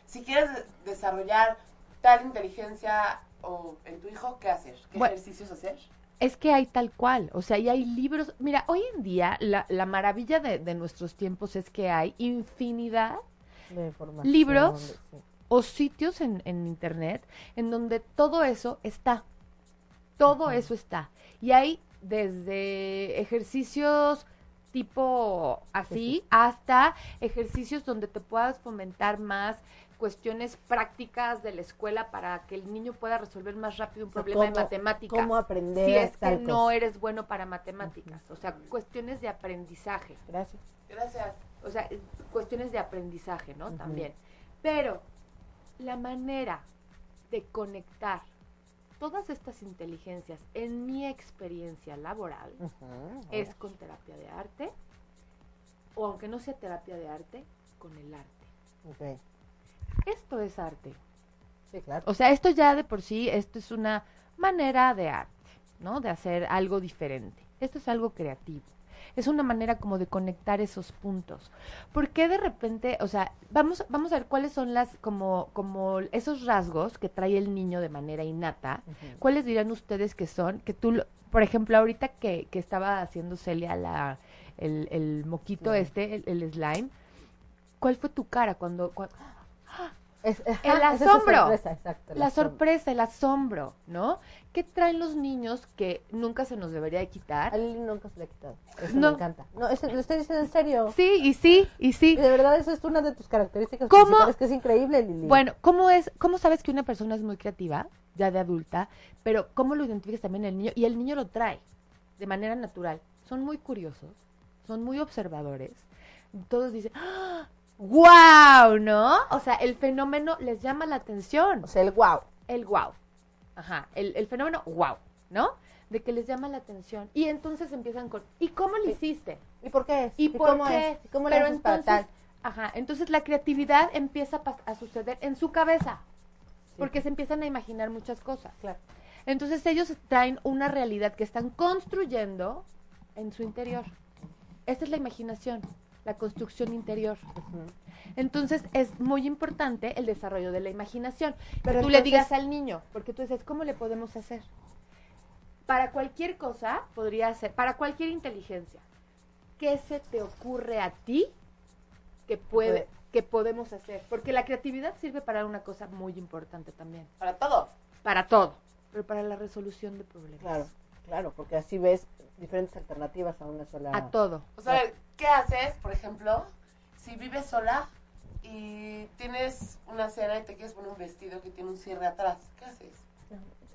Speaker 4: si quieres de- desarrollar tal inteligencia o en tu hijo, ¿qué hacer? ¿Qué
Speaker 3: Bueno.
Speaker 4: ejercicios hacer?
Speaker 3: Es que hay tal cual, o sea, y hay libros... Mira, hoy en día la, la maravilla de, de nuestros tiempos es que hay infinidad
Speaker 2: de información,
Speaker 3: Libros.
Speaker 2: de- sí.
Speaker 3: o sitios en, en Internet en donde todo eso está. Todo eso está. Y hay desde ejercicios tipo
Speaker 2: Sí,
Speaker 3: así hasta ejercicios donde te puedas fomentar más cuestiones prácticas de la escuela para que el niño pueda resolver más rápido un
Speaker 2: O sea,
Speaker 3: problema de
Speaker 2: cómo-
Speaker 3: matemáticas.
Speaker 2: ¿Cómo aprender
Speaker 3: si es que
Speaker 2: tal
Speaker 3: no
Speaker 2: cosa?
Speaker 3: eres bueno para matemáticas, o sea, cuestiones de aprendizaje.
Speaker 2: Gracias.
Speaker 4: Gracias.
Speaker 3: O sea, eh, cuestiones de aprendizaje, ¿no?
Speaker 2: Ujú.
Speaker 3: También. Pero la manera de conectar todas estas inteligencias en mi experiencia laboral
Speaker 2: Ujú,
Speaker 3: es con terapia de arte, o aunque no sea terapia de arte, con el arte.
Speaker 2: ahora, ok.
Speaker 3: Esto es arte.
Speaker 2: Sí, claro.
Speaker 3: O sea, esto ya de por sí, esto es una manera de arte, ¿no? De hacer algo diferente. Esto es algo creativo. Es una manera como de conectar esos puntos. ¿Por qué de repente, o sea, vamos, vamos a ver cuáles son las, como, como esos rasgos que trae el niño de manera innata?
Speaker 2: Ujú.
Speaker 3: ¿Cuáles dirán ustedes que son? Que tú, lo- por ejemplo, ahorita que, que estaba haciendo Celia la, el, el moquito
Speaker 2: Sí.
Speaker 3: este, el, el slime, ¿cuál fue tu cara cuando, cua-
Speaker 2: Es- ajá,
Speaker 3: el
Speaker 2: esa es su
Speaker 3: asombro.
Speaker 2: sorpresa, exacto, el
Speaker 3: la
Speaker 2: asombro.
Speaker 3: sorpresa, el asombro, ¿no? ¿Qué traen los niños que nunca se nos debería de
Speaker 2: A
Speaker 3: quitar?
Speaker 2: Lili nunca se le ha quitado. Eso
Speaker 3: No.
Speaker 2: me encanta. No, eso, lo estoy diciendo en serio.
Speaker 3: Sí, y sí, y sí.
Speaker 2: Y De verdad, eso es una de tus características
Speaker 3: ¿Cómo?
Speaker 2: principales, que es increíble, Lili.
Speaker 3: Bueno, ¿cómo es, cómo sabes que una persona es muy creativa, ya de adulta, pero cómo lo identificas también en el niño? Y el niño lo trae de manera natural. Son muy curiosos, son muy observadores. Todos dicen, ¡Ah! ¡Guau! ¿No? O sea, el fenómeno les llama la atención.
Speaker 2: O sea, el wow.
Speaker 3: el wow. Ajá, el, el fenómeno wow, ¿no? De que les llama la atención. Y entonces empiezan con, ¿y cómo lo
Speaker 2: Sí.
Speaker 3: hiciste?
Speaker 2: ¿Y por qué es?
Speaker 3: ¿Y, por
Speaker 2: cómo
Speaker 3: qué?
Speaker 2: es? ¿Y cómo le
Speaker 3: Pero
Speaker 2: haces para
Speaker 3: entonces,
Speaker 2: tal?
Speaker 3: Ajá, entonces la creatividad empieza a pas- a suceder en su cabeza, porque se empiezan a imaginar muchas cosas.
Speaker 2: Claro.
Speaker 3: Entonces ellos traen una realidad que están construyendo en su interior. Esta es la imaginación, la construcción interior.
Speaker 2: Ujú.
Speaker 3: Entonces es muy importante el desarrollo de la imaginación.
Speaker 2: Pero
Speaker 3: que tú le
Speaker 2: entonces-
Speaker 3: digas al niño, porque tú dices, ¿cómo le podemos hacer? Para cualquier cosa podría ser, para cualquier inteligencia. ¿Qué se te ocurre a ti que puede,
Speaker 2: Puede.
Speaker 3: que podemos hacer? Porque la creatividad sirve para una cosa muy importante también,
Speaker 4: Para todo.
Speaker 3: para todo, pero para la resolución de problemas.
Speaker 2: Claro, claro, porque así ves diferentes alternativas a una sola.
Speaker 3: A todo.
Speaker 4: O sea, a ver, ¿qué haces, por ejemplo, si vives sola y tienes una cena y te quieres poner un vestido que tiene un cierre atrás? ¿Qué haces?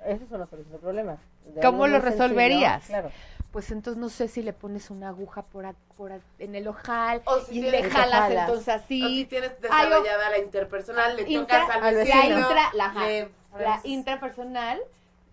Speaker 2: Ese es una solución de problemas. De
Speaker 3: ¿Cómo
Speaker 2: algo muy
Speaker 3: lo
Speaker 2: sencillo,
Speaker 3: resolverías?
Speaker 2: claro.
Speaker 3: Pues entonces no sé si le pones una aguja por, a- por a- en el ojal
Speaker 4: O si
Speaker 3: y
Speaker 4: tienes-
Speaker 3: le jalas
Speaker 2: Ojalá.
Speaker 3: entonces así.
Speaker 4: O si tienes
Speaker 3: Ay, o-
Speaker 4: desarrollada la interpersonal, le
Speaker 3: Intra-
Speaker 4: tocas al
Speaker 2: al
Speaker 4: vecino.
Speaker 3: la intra- la- ajá,
Speaker 4: le-
Speaker 3: la intrapersonal,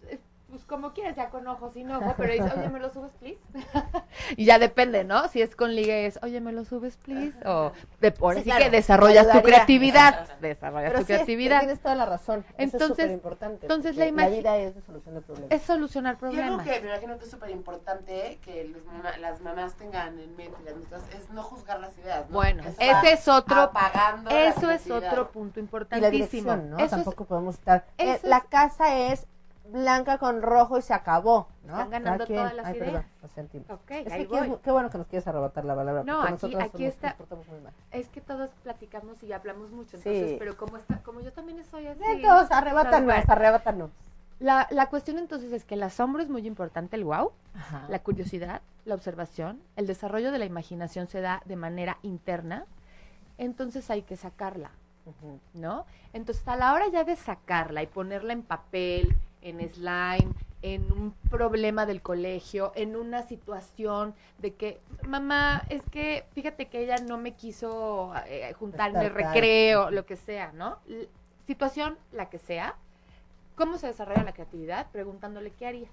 Speaker 3: eh, pues como quieres, ya con ojo, sin ojo, pero dices, oye, ¿me lo subes, please? y ya depende, ¿no? Si es con ligue, es, oye, ¿me lo subes, please? O de, ahora sí,
Speaker 2: Sí, claro,
Speaker 3: que desarrollas tu
Speaker 2: ayudaría.
Speaker 4: Ajá.
Speaker 3: creatividad. Desarrollas
Speaker 2: Pero
Speaker 3: tu
Speaker 2: sí, es-
Speaker 3: creatividad. Es,
Speaker 2: tienes toda la razón.
Speaker 3: Entonces-
Speaker 2: Eso es importante.
Speaker 3: entonces la imagi-
Speaker 2: vida es de solución de problemas.
Speaker 3: solucionar
Speaker 4: Y algo
Speaker 3: problemas.
Speaker 4: que me imagino que es súper importante que los mama- las mamás tengan en mente las nuestras es no juzgar las ideas. ¿no?
Speaker 3: Bueno,
Speaker 4: Eso va
Speaker 3: ese es otro,
Speaker 4: apagando la
Speaker 3: eso es
Speaker 4: creatividad.
Speaker 3: otro punto
Speaker 2: y la
Speaker 3: importantísimo.
Speaker 2: dirección, ¿no?
Speaker 3: Eso es-
Speaker 2: Tampoco podemos estar. eh,
Speaker 3: eso
Speaker 2: la
Speaker 3: es-
Speaker 2: casa es blanca con rojo y se acabó, ¿no?
Speaker 3: Están ganando
Speaker 2: Cada quien-
Speaker 3: todas las
Speaker 2: Ay,
Speaker 3: ideas.
Speaker 2: perdón, lo sentimos.
Speaker 3: Ok,
Speaker 2: Es que aquí
Speaker 3: ahí
Speaker 2: es
Speaker 3: voy.
Speaker 2: mu- qué bueno que nos quieres arrebatar la palabra.
Speaker 3: No,
Speaker 2: porque
Speaker 3: aquí-
Speaker 2: nosotras
Speaker 3: aquí
Speaker 2: nos
Speaker 3: está-
Speaker 2: comportamos muy mal.
Speaker 3: Es que todos platicamos y hablamos mucho,
Speaker 2: Sí.
Speaker 3: entonces, pero como está, como yo también soy así.
Speaker 2: Entonces, arrebátanos,
Speaker 3: Entonces, bueno,
Speaker 2: arrebátanos.
Speaker 3: la, la cuestión entonces es que el asombro es muy importante, el wow,
Speaker 2: Ajá.
Speaker 3: la curiosidad, la observación, el desarrollo de la imaginación se da de manera interna, entonces hay que sacarla,
Speaker 2: Ujú.
Speaker 3: ¿no? Entonces, a la hora ya de sacarla y ponerla en papel, en slime, en un problema del colegio, en una situación de que, mamá, es que fíjate que ella no me quiso eh, juntar en el
Speaker 2: Estar tal.
Speaker 3: recreo, lo que sea, ¿no? L- situación, la que sea. ¿Cómo se desarrolla la creatividad? Preguntándole, ¿qué harías?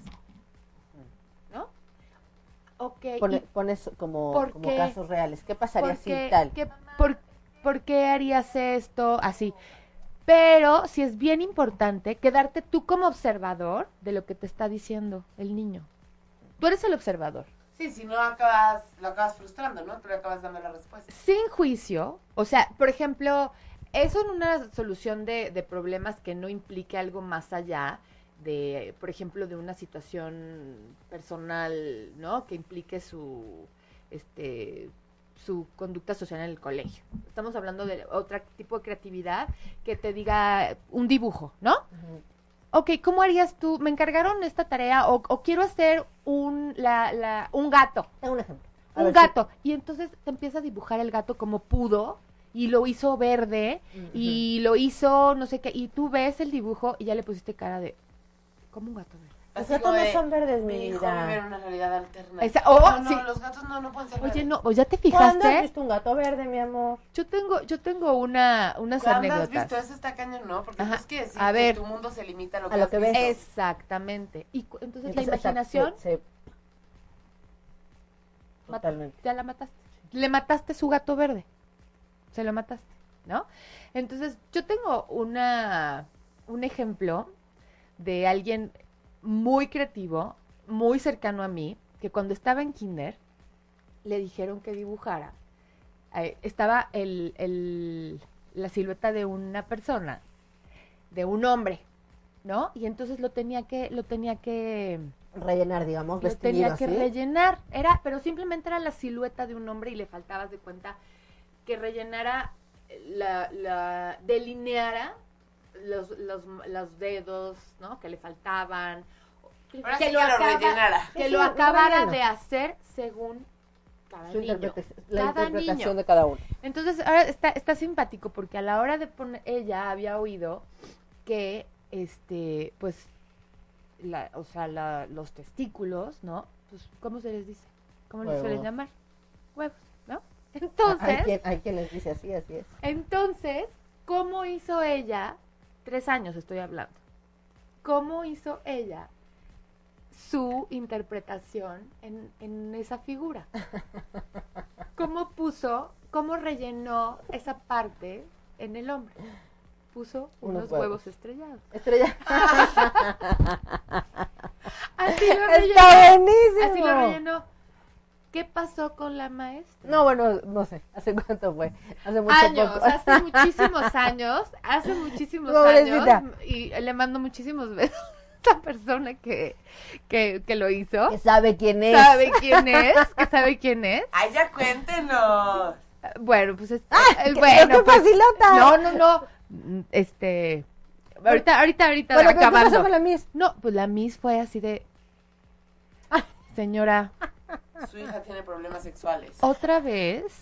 Speaker 3: ¿No? Ok. y-
Speaker 2: Pone- pones como,
Speaker 3: ¿Por
Speaker 2: como
Speaker 3: qué?
Speaker 2: casos reales. ¿Qué pasaría si
Speaker 3: porque-
Speaker 2: tal?
Speaker 3: que- por, por qué harías esto? Así. Pero sí es bien importante quedarte tú como observador de lo que te está diciendo el niño. Tú eres el observador.
Speaker 4: Sí, si no acabas, lo acabas frustrando, ¿no? Tú le acabas dando la respuesta.
Speaker 3: Sin juicio, o sea, por ejemplo, eso en una solución de, de problemas que no implique algo más allá de, por ejemplo, de una situación personal, ¿no? Que implique su, este, su conducta social en el colegio. Estamos hablando de otro tipo de creatividad que te diga un dibujo, ¿no?
Speaker 2: Ujú.
Speaker 3: Ok, ¿cómo harías tú? Me encargaron esta tarea o, o quiero hacer un, la- la- un gato
Speaker 2: Tengo un ejemplo. A
Speaker 3: un
Speaker 2: ver,
Speaker 3: gato. Y entonces te empieza a dibujar el gato como pudo y lo hizo verde
Speaker 2: sí.
Speaker 3: y lo hizo no sé qué. Y tú ves el dibujo y ya le pusiste cara de como un gato verde.
Speaker 2: Los
Speaker 4: Así
Speaker 2: gatos
Speaker 4: como
Speaker 2: no
Speaker 4: de,
Speaker 2: son verdes, mi
Speaker 4: Mi hijo vive en
Speaker 2: vida.
Speaker 4: una realidad alterna.
Speaker 3: Esa- oh,
Speaker 4: no, no,
Speaker 3: sí.
Speaker 4: los gatos no, no pueden ser
Speaker 3: Oye,
Speaker 4: verdes.
Speaker 3: no, o ya te
Speaker 2: ¿Cuándo has
Speaker 3: fijaste.
Speaker 2: visto un gato verde, mi amor?
Speaker 3: Yo tengo, yo tengo una, unas
Speaker 4: ¿Cuándo has visto
Speaker 3: anécdotas.
Speaker 4: eso? Está cañón, ¿no? Porque
Speaker 3: Ajá.
Speaker 4: es que decir
Speaker 3: A ver.
Speaker 4: que tu mundo se limita a lo
Speaker 2: A
Speaker 4: que,
Speaker 2: lo
Speaker 4: has
Speaker 2: que ves.
Speaker 4: visto.
Speaker 3: Exactamente. Y cu- entonces, la
Speaker 2: Entonces, o sea, se-
Speaker 3: imaginación
Speaker 2: se-
Speaker 3: Mata.
Speaker 2: Totalmente.
Speaker 3: ya la mataste. Le mataste su gato verde. Se lo mataste, ¿no? Entonces, yo tengo una un ejemplo de alguien muy creativo, muy cercano a mí, que cuando estaba en kinder le dijeron que dibujara. Eh, estaba el- el- la silueta de una persona, de un hombre, ¿no? Y entonces lo tenía que lo tenía que
Speaker 2: Rellenar, digamos,
Speaker 3: lo tenía
Speaker 2: vestido
Speaker 3: que
Speaker 2: así.
Speaker 3: rellenar. Era, pero simplemente era la silueta de un hombre y le faltabas de cuenta que rellenara eh, la, la delineara los, los, los dedos, ¿no? Que le faltaban.
Speaker 4: Ahora sí que lo
Speaker 3: acaba-
Speaker 4: rellenara.
Speaker 3: que
Speaker 2: Sí,
Speaker 3: lo
Speaker 2: lo
Speaker 3: acabara
Speaker 2: relleno.
Speaker 3: de hacer según cada
Speaker 2: Su
Speaker 3: niño.
Speaker 2: interpretación- la
Speaker 3: Cada
Speaker 2: interpretación
Speaker 3: niño.
Speaker 2: de cada uno.
Speaker 3: Entonces, ahora está, está simpático porque a la hora de poner, ella había oído que, este, pues, la, o sea, la- los testículos, ¿no? Pues, ¿cómo se les dice? ¿Cómo les suelen
Speaker 2: Huevos.
Speaker 3: llamar? Huevos, ¿no?
Speaker 2: Hay
Speaker 3: Entonces,
Speaker 2: quien, hay quien les dice así, así es.
Speaker 3: entonces, ¿cómo hizo ella? Tres años estoy hablando. ¿Cómo hizo ella su interpretación en, en esa figura? ¿Cómo puso, cómo rellenó esa parte en el hombre? Puso
Speaker 2: Unos
Speaker 3: unos, huevos.
Speaker 2: huevos.
Speaker 3: estrellados.
Speaker 2: Estrella.
Speaker 3: Así
Speaker 2: Está
Speaker 3: lo rellenó.
Speaker 2: buenísimo.
Speaker 3: Así lo rellenó. ¿Qué pasó con la maestra?
Speaker 2: No, bueno, no sé. ¿Hace cuánto fue? Hace mucho
Speaker 3: años,
Speaker 2: poco.
Speaker 3: hace muchísimos años, hace muchísimos
Speaker 2: Pobrecita.
Speaker 3: años, y le mando muchísimos besos a la persona que, que, que lo hizo,
Speaker 2: Que sabe quién es.
Speaker 3: sabe quién es, que sabe quién es.
Speaker 4: ¡Ay, ya cuéntenos!
Speaker 3: Bueno, pues es-
Speaker 2: Que-
Speaker 3: eh, bueno,
Speaker 2: no te
Speaker 3: pues,
Speaker 2: facilota.
Speaker 3: no, no, no, mm, este, ahorita, ahorita, ahorita,
Speaker 2: Bueno, pero ¿qué
Speaker 3: acabando.
Speaker 2: pasó con la Miss?
Speaker 3: No, pues la Miss fue así de, "Ay, señora,
Speaker 4: Su hija tiene problemas sexuales.
Speaker 3: Otra vez,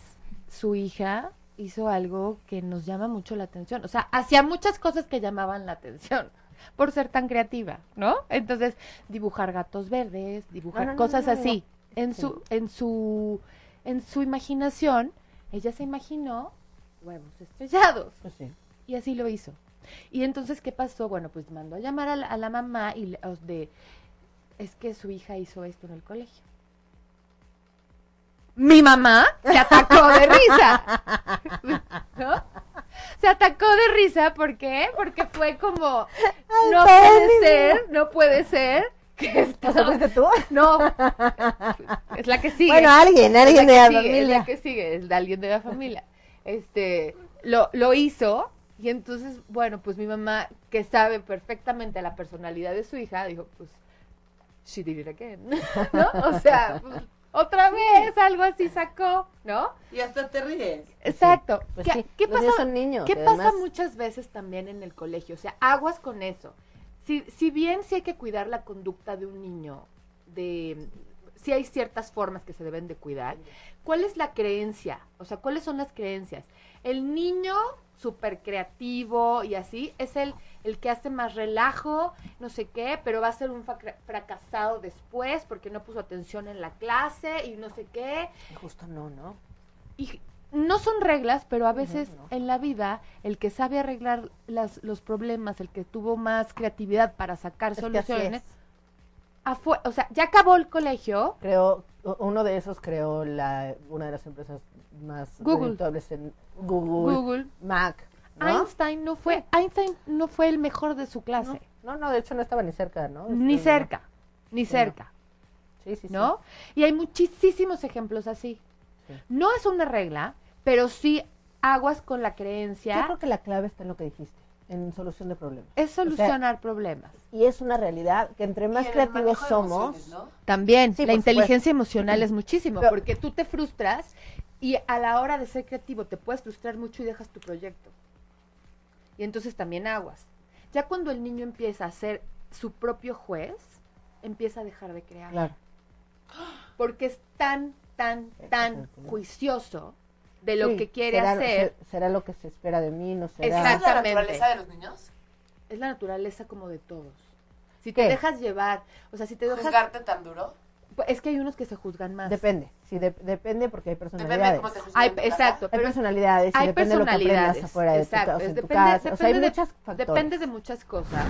Speaker 3: su hija hizo algo que nos llama mucho la atención. O sea, hacía muchas cosas que llamaban la atención por ser tan creativa, ¿no? Entonces, dibujar gatos verdes, dibujar
Speaker 2: No, no, no,
Speaker 3: cosas
Speaker 2: Ah, no, no,
Speaker 3: así. En
Speaker 2: Sí.
Speaker 3: su, en su, en su imaginación, ella se imaginó huevos estrellados.
Speaker 2: Pues sí.
Speaker 3: Y así lo hizo. Y entonces, ¿qué pasó? Bueno, pues mandó a llamar a la, a la mamá y le- os- de, es que su hija hizo esto en el colegio. Mi mamá se atacó de risa. ¿No? Se atacó de risa, ¿por qué? Porque fue como, no puede ser, no puede ser. Que esto...
Speaker 2: O sea, fuiste tú.
Speaker 3: No, es la que sigue.
Speaker 2: Bueno, alguien, alguien de
Speaker 3: Es
Speaker 2: la familia.
Speaker 3: que sigue, es Pues la que sigue, es de alguien de la familia. Este, lo, lo hizo y entonces, bueno, pues mi mamá, que sabe perfectamente la personalidad de su hija, dijo, pues, she did it again, ¿no? O sea, pues, otra vez algo así sacó, ¿no?
Speaker 4: Y hasta te ríes.
Speaker 3: Exacto.
Speaker 2: Pues
Speaker 3: ¿Qué,
Speaker 2: sí,
Speaker 3: qué
Speaker 2: los niños
Speaker 3: pasa,
Speaker 2: son niños,
Speaker 3: qué
Speaker 2: y
Speaker 3: pasa
Speaker 2: además-
Speaker 3: muchas veces también en el colegio? O sea, aguas con eso. Si, si bien sí hay que cuidar la conducta de un niño, de sí hay ciertas formas que se deben de cuidar, ¿cuál es la creencia? O sea, ¿cuáles son las creencias? El niño súper creativo y así es el, el que hace más relajo, no sé qué, pero va a ser un facra- fracasado después porque no puso atención en la clase y no sé qué
Speaker 2: Justo no, ¿no?
Speaker 3: y no son reglas, pero a veces
Speaker 2: no.
Speaker 3: en la vida el que sabe arreglar las, los problemas, el que tuvo más creatividad para sacar
Speaker 2: Es que así
Speaker 3: soluciones,
Speaker 2: es.
Speaker 3: afue- o sea, ya acabó el colegio,
Speaker 2: Creó, u- uno de esos creó la, una de las empresas más
Speaker 3: Google.
Speaker 2: rentables en Google,
Speaker 3: Google,
Speaker 2: Mac, ¿no?
Speaker 3: Einstein no fue, Einstein no fue el mejor de su clase,
Speaker 2: No, no, de hecho no estaba ni cerca, ¿no?
Speaker 3: ni
Speaker 2: Este, no.
Speaker 3: cerca, ni
Speaker 2: Sí, no.
Speaker 3: cerca.
Speaker 2: Sí, sí, sí.
Speaker 3: ¿no? Y hay muchísimos ejemplos así.
Speaker 2: Sí.
Speaker 3: No es una regla, pero sí aguas con la
Speaker 2: Yo
Speaker 3: creencia,
Speaker 2: creo que la clave está en lo que dijiste, en solución de problemas.
Speaker 3: es solucionar problemas.
Speaker 2: Y es una realidad que entre más
Speaker 4: Y en el
Speaker 2: creativos
Speaker 4: manejo de
Speaker 2: somos,
Speaker 4: emociones, ¿no?
Speaker 3: También,
Speaker 2: Sí,
Speaker 3: la
Speaker 2: por
Speaker 3: inteligencia emocional es muchísimo,
Speaker 2: Pero-
Speaker 3: porque tú te frustras y a la hora de ser creativo te puedes frustrar mucho y dejas tu proyecto. Y entonces también aguas. Ya cuando el niño empieza a ser su propio juez, empieza a dejar de crear.
Speaker 2: claro.
Speaker 3: Porque es tan, tan, tan
Speaker 2: Exacto.
Speaker 3: juicioso de lo
Speaker 2: Sí,
Speaker 3: que quiere
Speaker 2: será-
Speaker 3: hacer.
Speaker 2: se- Será lo que se espera de mí, no será.
Speaker 4: ¿Esa es la
Speaker 3: Exactamente.
Speaker 4: naturaleza de los niños?
Speaker 3: Es la naturaleza como de todos. Si
Speaker 2: ¿Qué?
Speaker 3: te dejas llevar, o sea, si te dejas...
Speaker 4: ¿Juzgarte tan duro?
Speaker 3: Es que hay unos que se juzgan más.
Speaker 2: Depende, sí, de- depende porque hay
Speaker 4: Depende
Speaker 2: personalidades.
Speaker 4: de cómo te juzgan.
Speaker 3: Ay,
Speaker 4: en tu casa.
Speaker 3: exacto,
Speaker 2: Hay
Speaker 3: pero
Speaker 2: personalidades, y
Speaker 3: hay
Speaker 2: depende de lo que aprendas
Speaker 3: personalidades,
Speaker 2: afuera de tu
Speaker 3: exacto,
Speaker 2: casa, o sea,
Speaker 3: es
Speaker 2: en tu
Speaker 3: depende-
Speaker 2: casa. O sea, hay
Speaker 3: depende de-
Speaker 2: muchos factores.
Speaker 3: Depende de muchas cosas,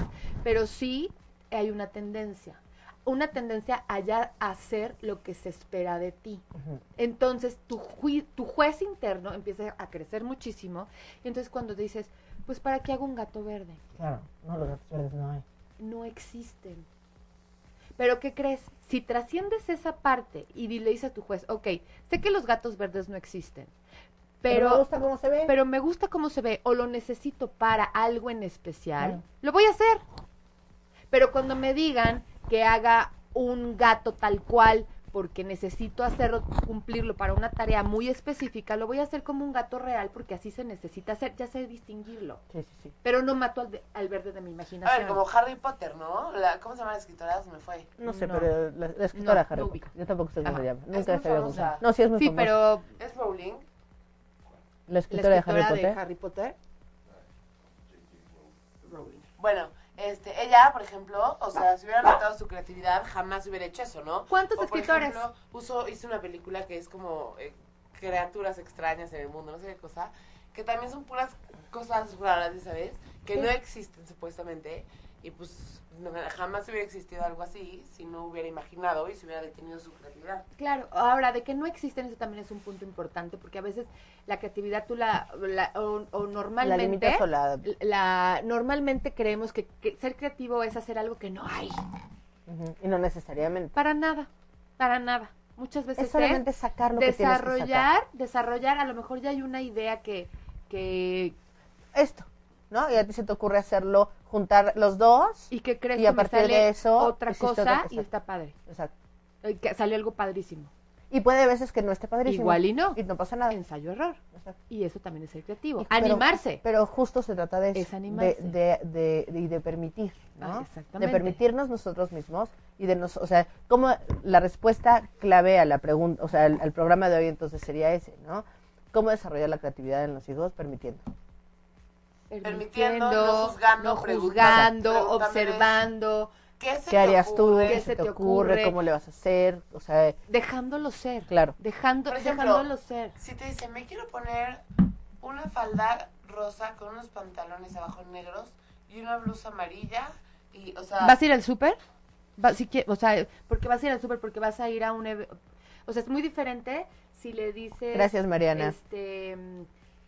Speaker 3: pero sí hay una tendencia. Una tendencia a ya hacer lo que se espera de ti.
Speaker 2: Ujú.
Speaker 3: Entonces, tu, jui- tu juez interno empieza a crecer muchísimo. Y entonces, cuando dices, pues, ¿para qué hago un gato verde?
Speaker 2: Claro, no, los gatos verdes no hay.
Speaker 3: No existen. Pero, ¿qué crees? Si trasciendes esa parte y di- le dices a tu juez, ok, sé que los gatos verdes no existen,
Speaker 2: Pero,
Speaker 3: pero
Speaker 2: me gusta cómo se ve.
Speaker 3: pero me gusta cómo se ve o lo necesito para algo en especial,
Speaker 2: Claro.
Speaker 3: lo voy a hacer. Pero cuando me digan que haga un gato tal cual porque necesito hacerlo, cumplirlo para una tarea muy específica, lo voy a hacer como un gato real porque así se necesita hacer, ya sé distinguirlo.
Speaker 2: Sí, sí, sí.
Speaker 3: Pero no mato al, de- al verde de mi
Speaker 4: A
Speaker 3: imaginación.
Speaker 4: ver, como Harry Potter, ¿no? La- ¿Cómo se llama la escritora? Se me fue.
Speaker 2: No sé,
Speaker 3: No.
Speaker 2: pero la, la escritora
Speaker 3: No,
Speaker 2: Harry Potter.
Speaker 3: no ubico.
Speaker 2: Yo tampoco sé cómo
Speaker 3: Ajá.
Speaker 2: se llama.
Speaker 4: Es
Speaker 2: Nunca
Speaker 4: muy
Speaker 2: se había
Speaker 4: famosa.
Speaker 2: No, sí es muy
Speaker 3: sí,
Speaker 2: famosa.
Speaker 3: pero
Speaker 4: ¿Es Rowling?
Speaker 2: La
Speaker 3: la
Speaker 2: escritora, de Harry
Speaker 3: escritora
Speaker 2: Potter.
Speaker 3: de Harry Potter
Speaker 4: Bueno, este, ella, por ejemplo, o sea, si hubiera notado su creatividad, jamás hubiera hecho eso, ¿no?
Speaker 3: ¿Cuántos
Speaker 4: O, por
Speaker 3: escritores?
Speaker 4: ejemplo, Uso, hizo una película que es como eh, criaturas extrañas en el mundo, no sé qué cosa, que también son puras cosas raras, ya ¿sabes? Que no existen supuestamente. Y pues no, jamás hubiera existido algo así si no hubiera imaginado y si hubiera detenido su creatividad.
Speaker 3: Claro, ahora de que no existen, eso también es un punto importante, porque a veces la creatividad tú la, la- o, o
Speaker 2: La
Speaker 3: normalmente
Speaker 2: limitas o la...
Speaker 3: la normalmente creemos que, que ser creativo es hacer algo que no hay.
Speaker 2: Ujú, Y no necesariamente.
Speaker 3: Para nada, para nada. Muchas veces
Speaker 2: Es
Speaker 3: es
Speaker 2: solamente sacar lo que tienes que sacar.
Speaker 3: desarrollar, desarrollar, a lo mejor ya hay una idea que, que
Speaker 2: Esto, ¿no? Y a ti se te ocurre hacerlo, juntar los dos.
Speaker 3: y que crees
Speaker 2: Y a
Speaker 3: que me
Speaker 2: partir de
Speaker 3: sale
Speaker 2: eso,
Speaker 3: otra
Speaker 2: hiciste
Speaker 3: cosa
Speaker 2: otra
Speaker 3: y
Speaker 2: cosa.
Speaker 3: está padre.
Speaker 2: Exacto.
Speaker 3: Eh, Que salió algo padrísimo.
Speaker 2: Y puede a veces que no esté padrísimo.
Speaker 3: Igual y no.
Speaker 2: Y no pasa nada.
Speaker 3: Ensayo error.
Speaker 2: Exacto.
Speaker 3: Y eso también es ser creativo.
Speaker 2: Y- pero-
Speaker 3: Animarse.
Speaker 2: Pero justo se trata de eso.
Speaker 3: Es animarse.
Speaker 2: De, de, de- y de permitir, ¿no?
Speaker 3: Ah, exactamente.
Speaker 2: De permitirnos nosotros mismos y de nos, o sea, como la respuesta clave a la pregunta, o sea, al, al programa de hoy entonces sería ese, ¿no? ¿Cómo desarrollar la creatividad en los hijos? Permitiendo.
Speaker 4: Permitiendo, no juzgando,
Speaker 3: no
Speaker 4: preguntando,
Speaker 3: juzgando,
Speaker 4: preguntándoles-
Speaker 3: observando,
Speaker 4: ¿Qué, se
Speaker 2: ¿Qué harías tú?
Speaker 4: ocurre?
Speaker 2: ¿Qué se te ocurre? ¿Cómo le vas a hacer? O sea,
Speaker 3: dejándolo ser.
Speaker 2: claro.
Speaker 3: Dejando,
Speaker 4: Por ejemplo,
Speaker 3: dejándolo ser.
Speaker 4: Si te dicen, me quiero poner una falda rosa con unos pantalones abajo negros y una blusa amarilla y, o sea,
Speaker 3: ¿Vas a ir al súper? va- si quie- o sea, porque vas a ir al súper, porque vas a ir a un... ev- O sea, es muy diferente si le dices...
Speaker 2: Gracias, Mariana.
Speaker 3: Este... mm,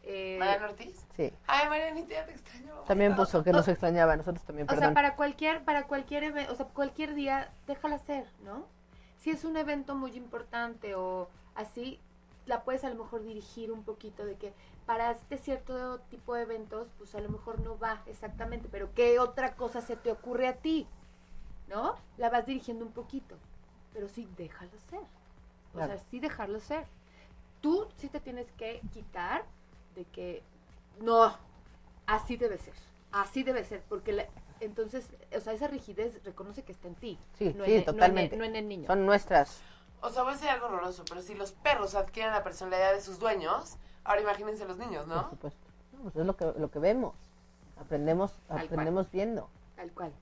Speaker 3: eh,
Speaker 4: Mariana Ortiz.
Speaker 2: Sí.
Speaker 4: Ay, Marianita, ya te extraño.
Speaker 2: También puso que nos extrañaba, nosotros también,
Speaker 3: O sea,
Speaker 2: perdón.
Speaker 3: para cualquier, para cualquier eve- o sea, cualquier día, déjala ser, ¿no? Si es un evento muy importante o así, la puedes a lo mejor dirigir un poquito de que para este cierto tipo de eventos, pues a lo mejor no va exactamente, pero ¿qué otra cosa se te ocurre a ti? ¿No? La vas dirigiendo un poquito, pero sí déjalo ser. O
Speaker 2: Claro.
Speaker 3: sea, sí dejarlo ser. Tú sí te tienes que quitar de que no, así debe ser, así debe ser, porque la- entonces, o sea, esa rigidez reconoce que está en ti.
Speaker 2: Sí, sí,
Speaker 3: no en el- no en el-
Speaker 2: totalmente.
Speaker 3: No en, el niño.
Speaker 2: Son nuestras.
Speaker 4: O sea, voy a decir algo horroroso, pero si los perros adquieren la personalidad de sus dueños, ahora imagínense los niños,
Speaker 2: Por
Speaker 4: ¿no?
Speaker 2: supuesto. No, pues es lo que, lo que vemos. Aprendemos,
Speaker 3: Tal cual.
Speaker 2: aprendemos viendo.
Speaker 3: Tal cual.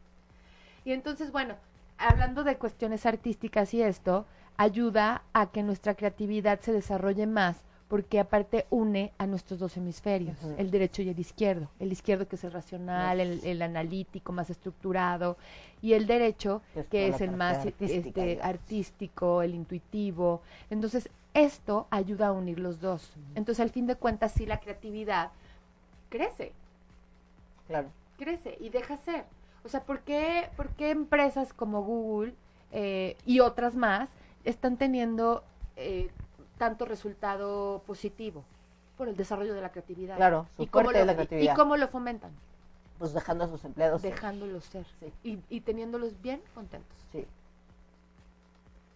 Speaker 3: Y entonces, bueno, hablando de cuestiones artísticas y esto, ayuda a que nuestra creatividad se desarrolle más, porque aparte une a nuestros dos hemisferios,
Speaker 2: Ujú.
Speaker 3: el derecho y el izquierdo. El izquierdo que es el racional, el, el analítico, más estructurado, y el derecho
Speaker 2: Que es
Speaker 3: que
Speaker 2: toda
Speaker 3: es
Speaker 2: la
Speaker 3: el
Speaker 2: parte
Speaker 3: más
Speaker 2: artística,
Speaker 3: este,
Speaker 2: digamos.
Speaker 3: artístico, el intuitivo. Entonces, esto ayuda a unir los dos. Entonces, al fin de cuentas, sí, la creatividad crece
Speaker 2: Claro.
Speaker 3: crece y deja ser. O sea, ¿por qué, por qué empresas como Google eh, y otras más están teniendo eh, tanto resultado positivo? Por el desarrollo de la creatividad.
Speaker 2: Claro, su fuerte
Speaker 3: lo,
Speaker 2: es la creatividad.
Speaker 3: y cómo lo fomentan?
Speaker 2: Pues dejando a sus empleados. ser.
Speaker 3: Dejándolos ser
Speaker 2: Sí.
Speaker 3: y, y teniéndolos bien contentos.
Speaker 2: Sí.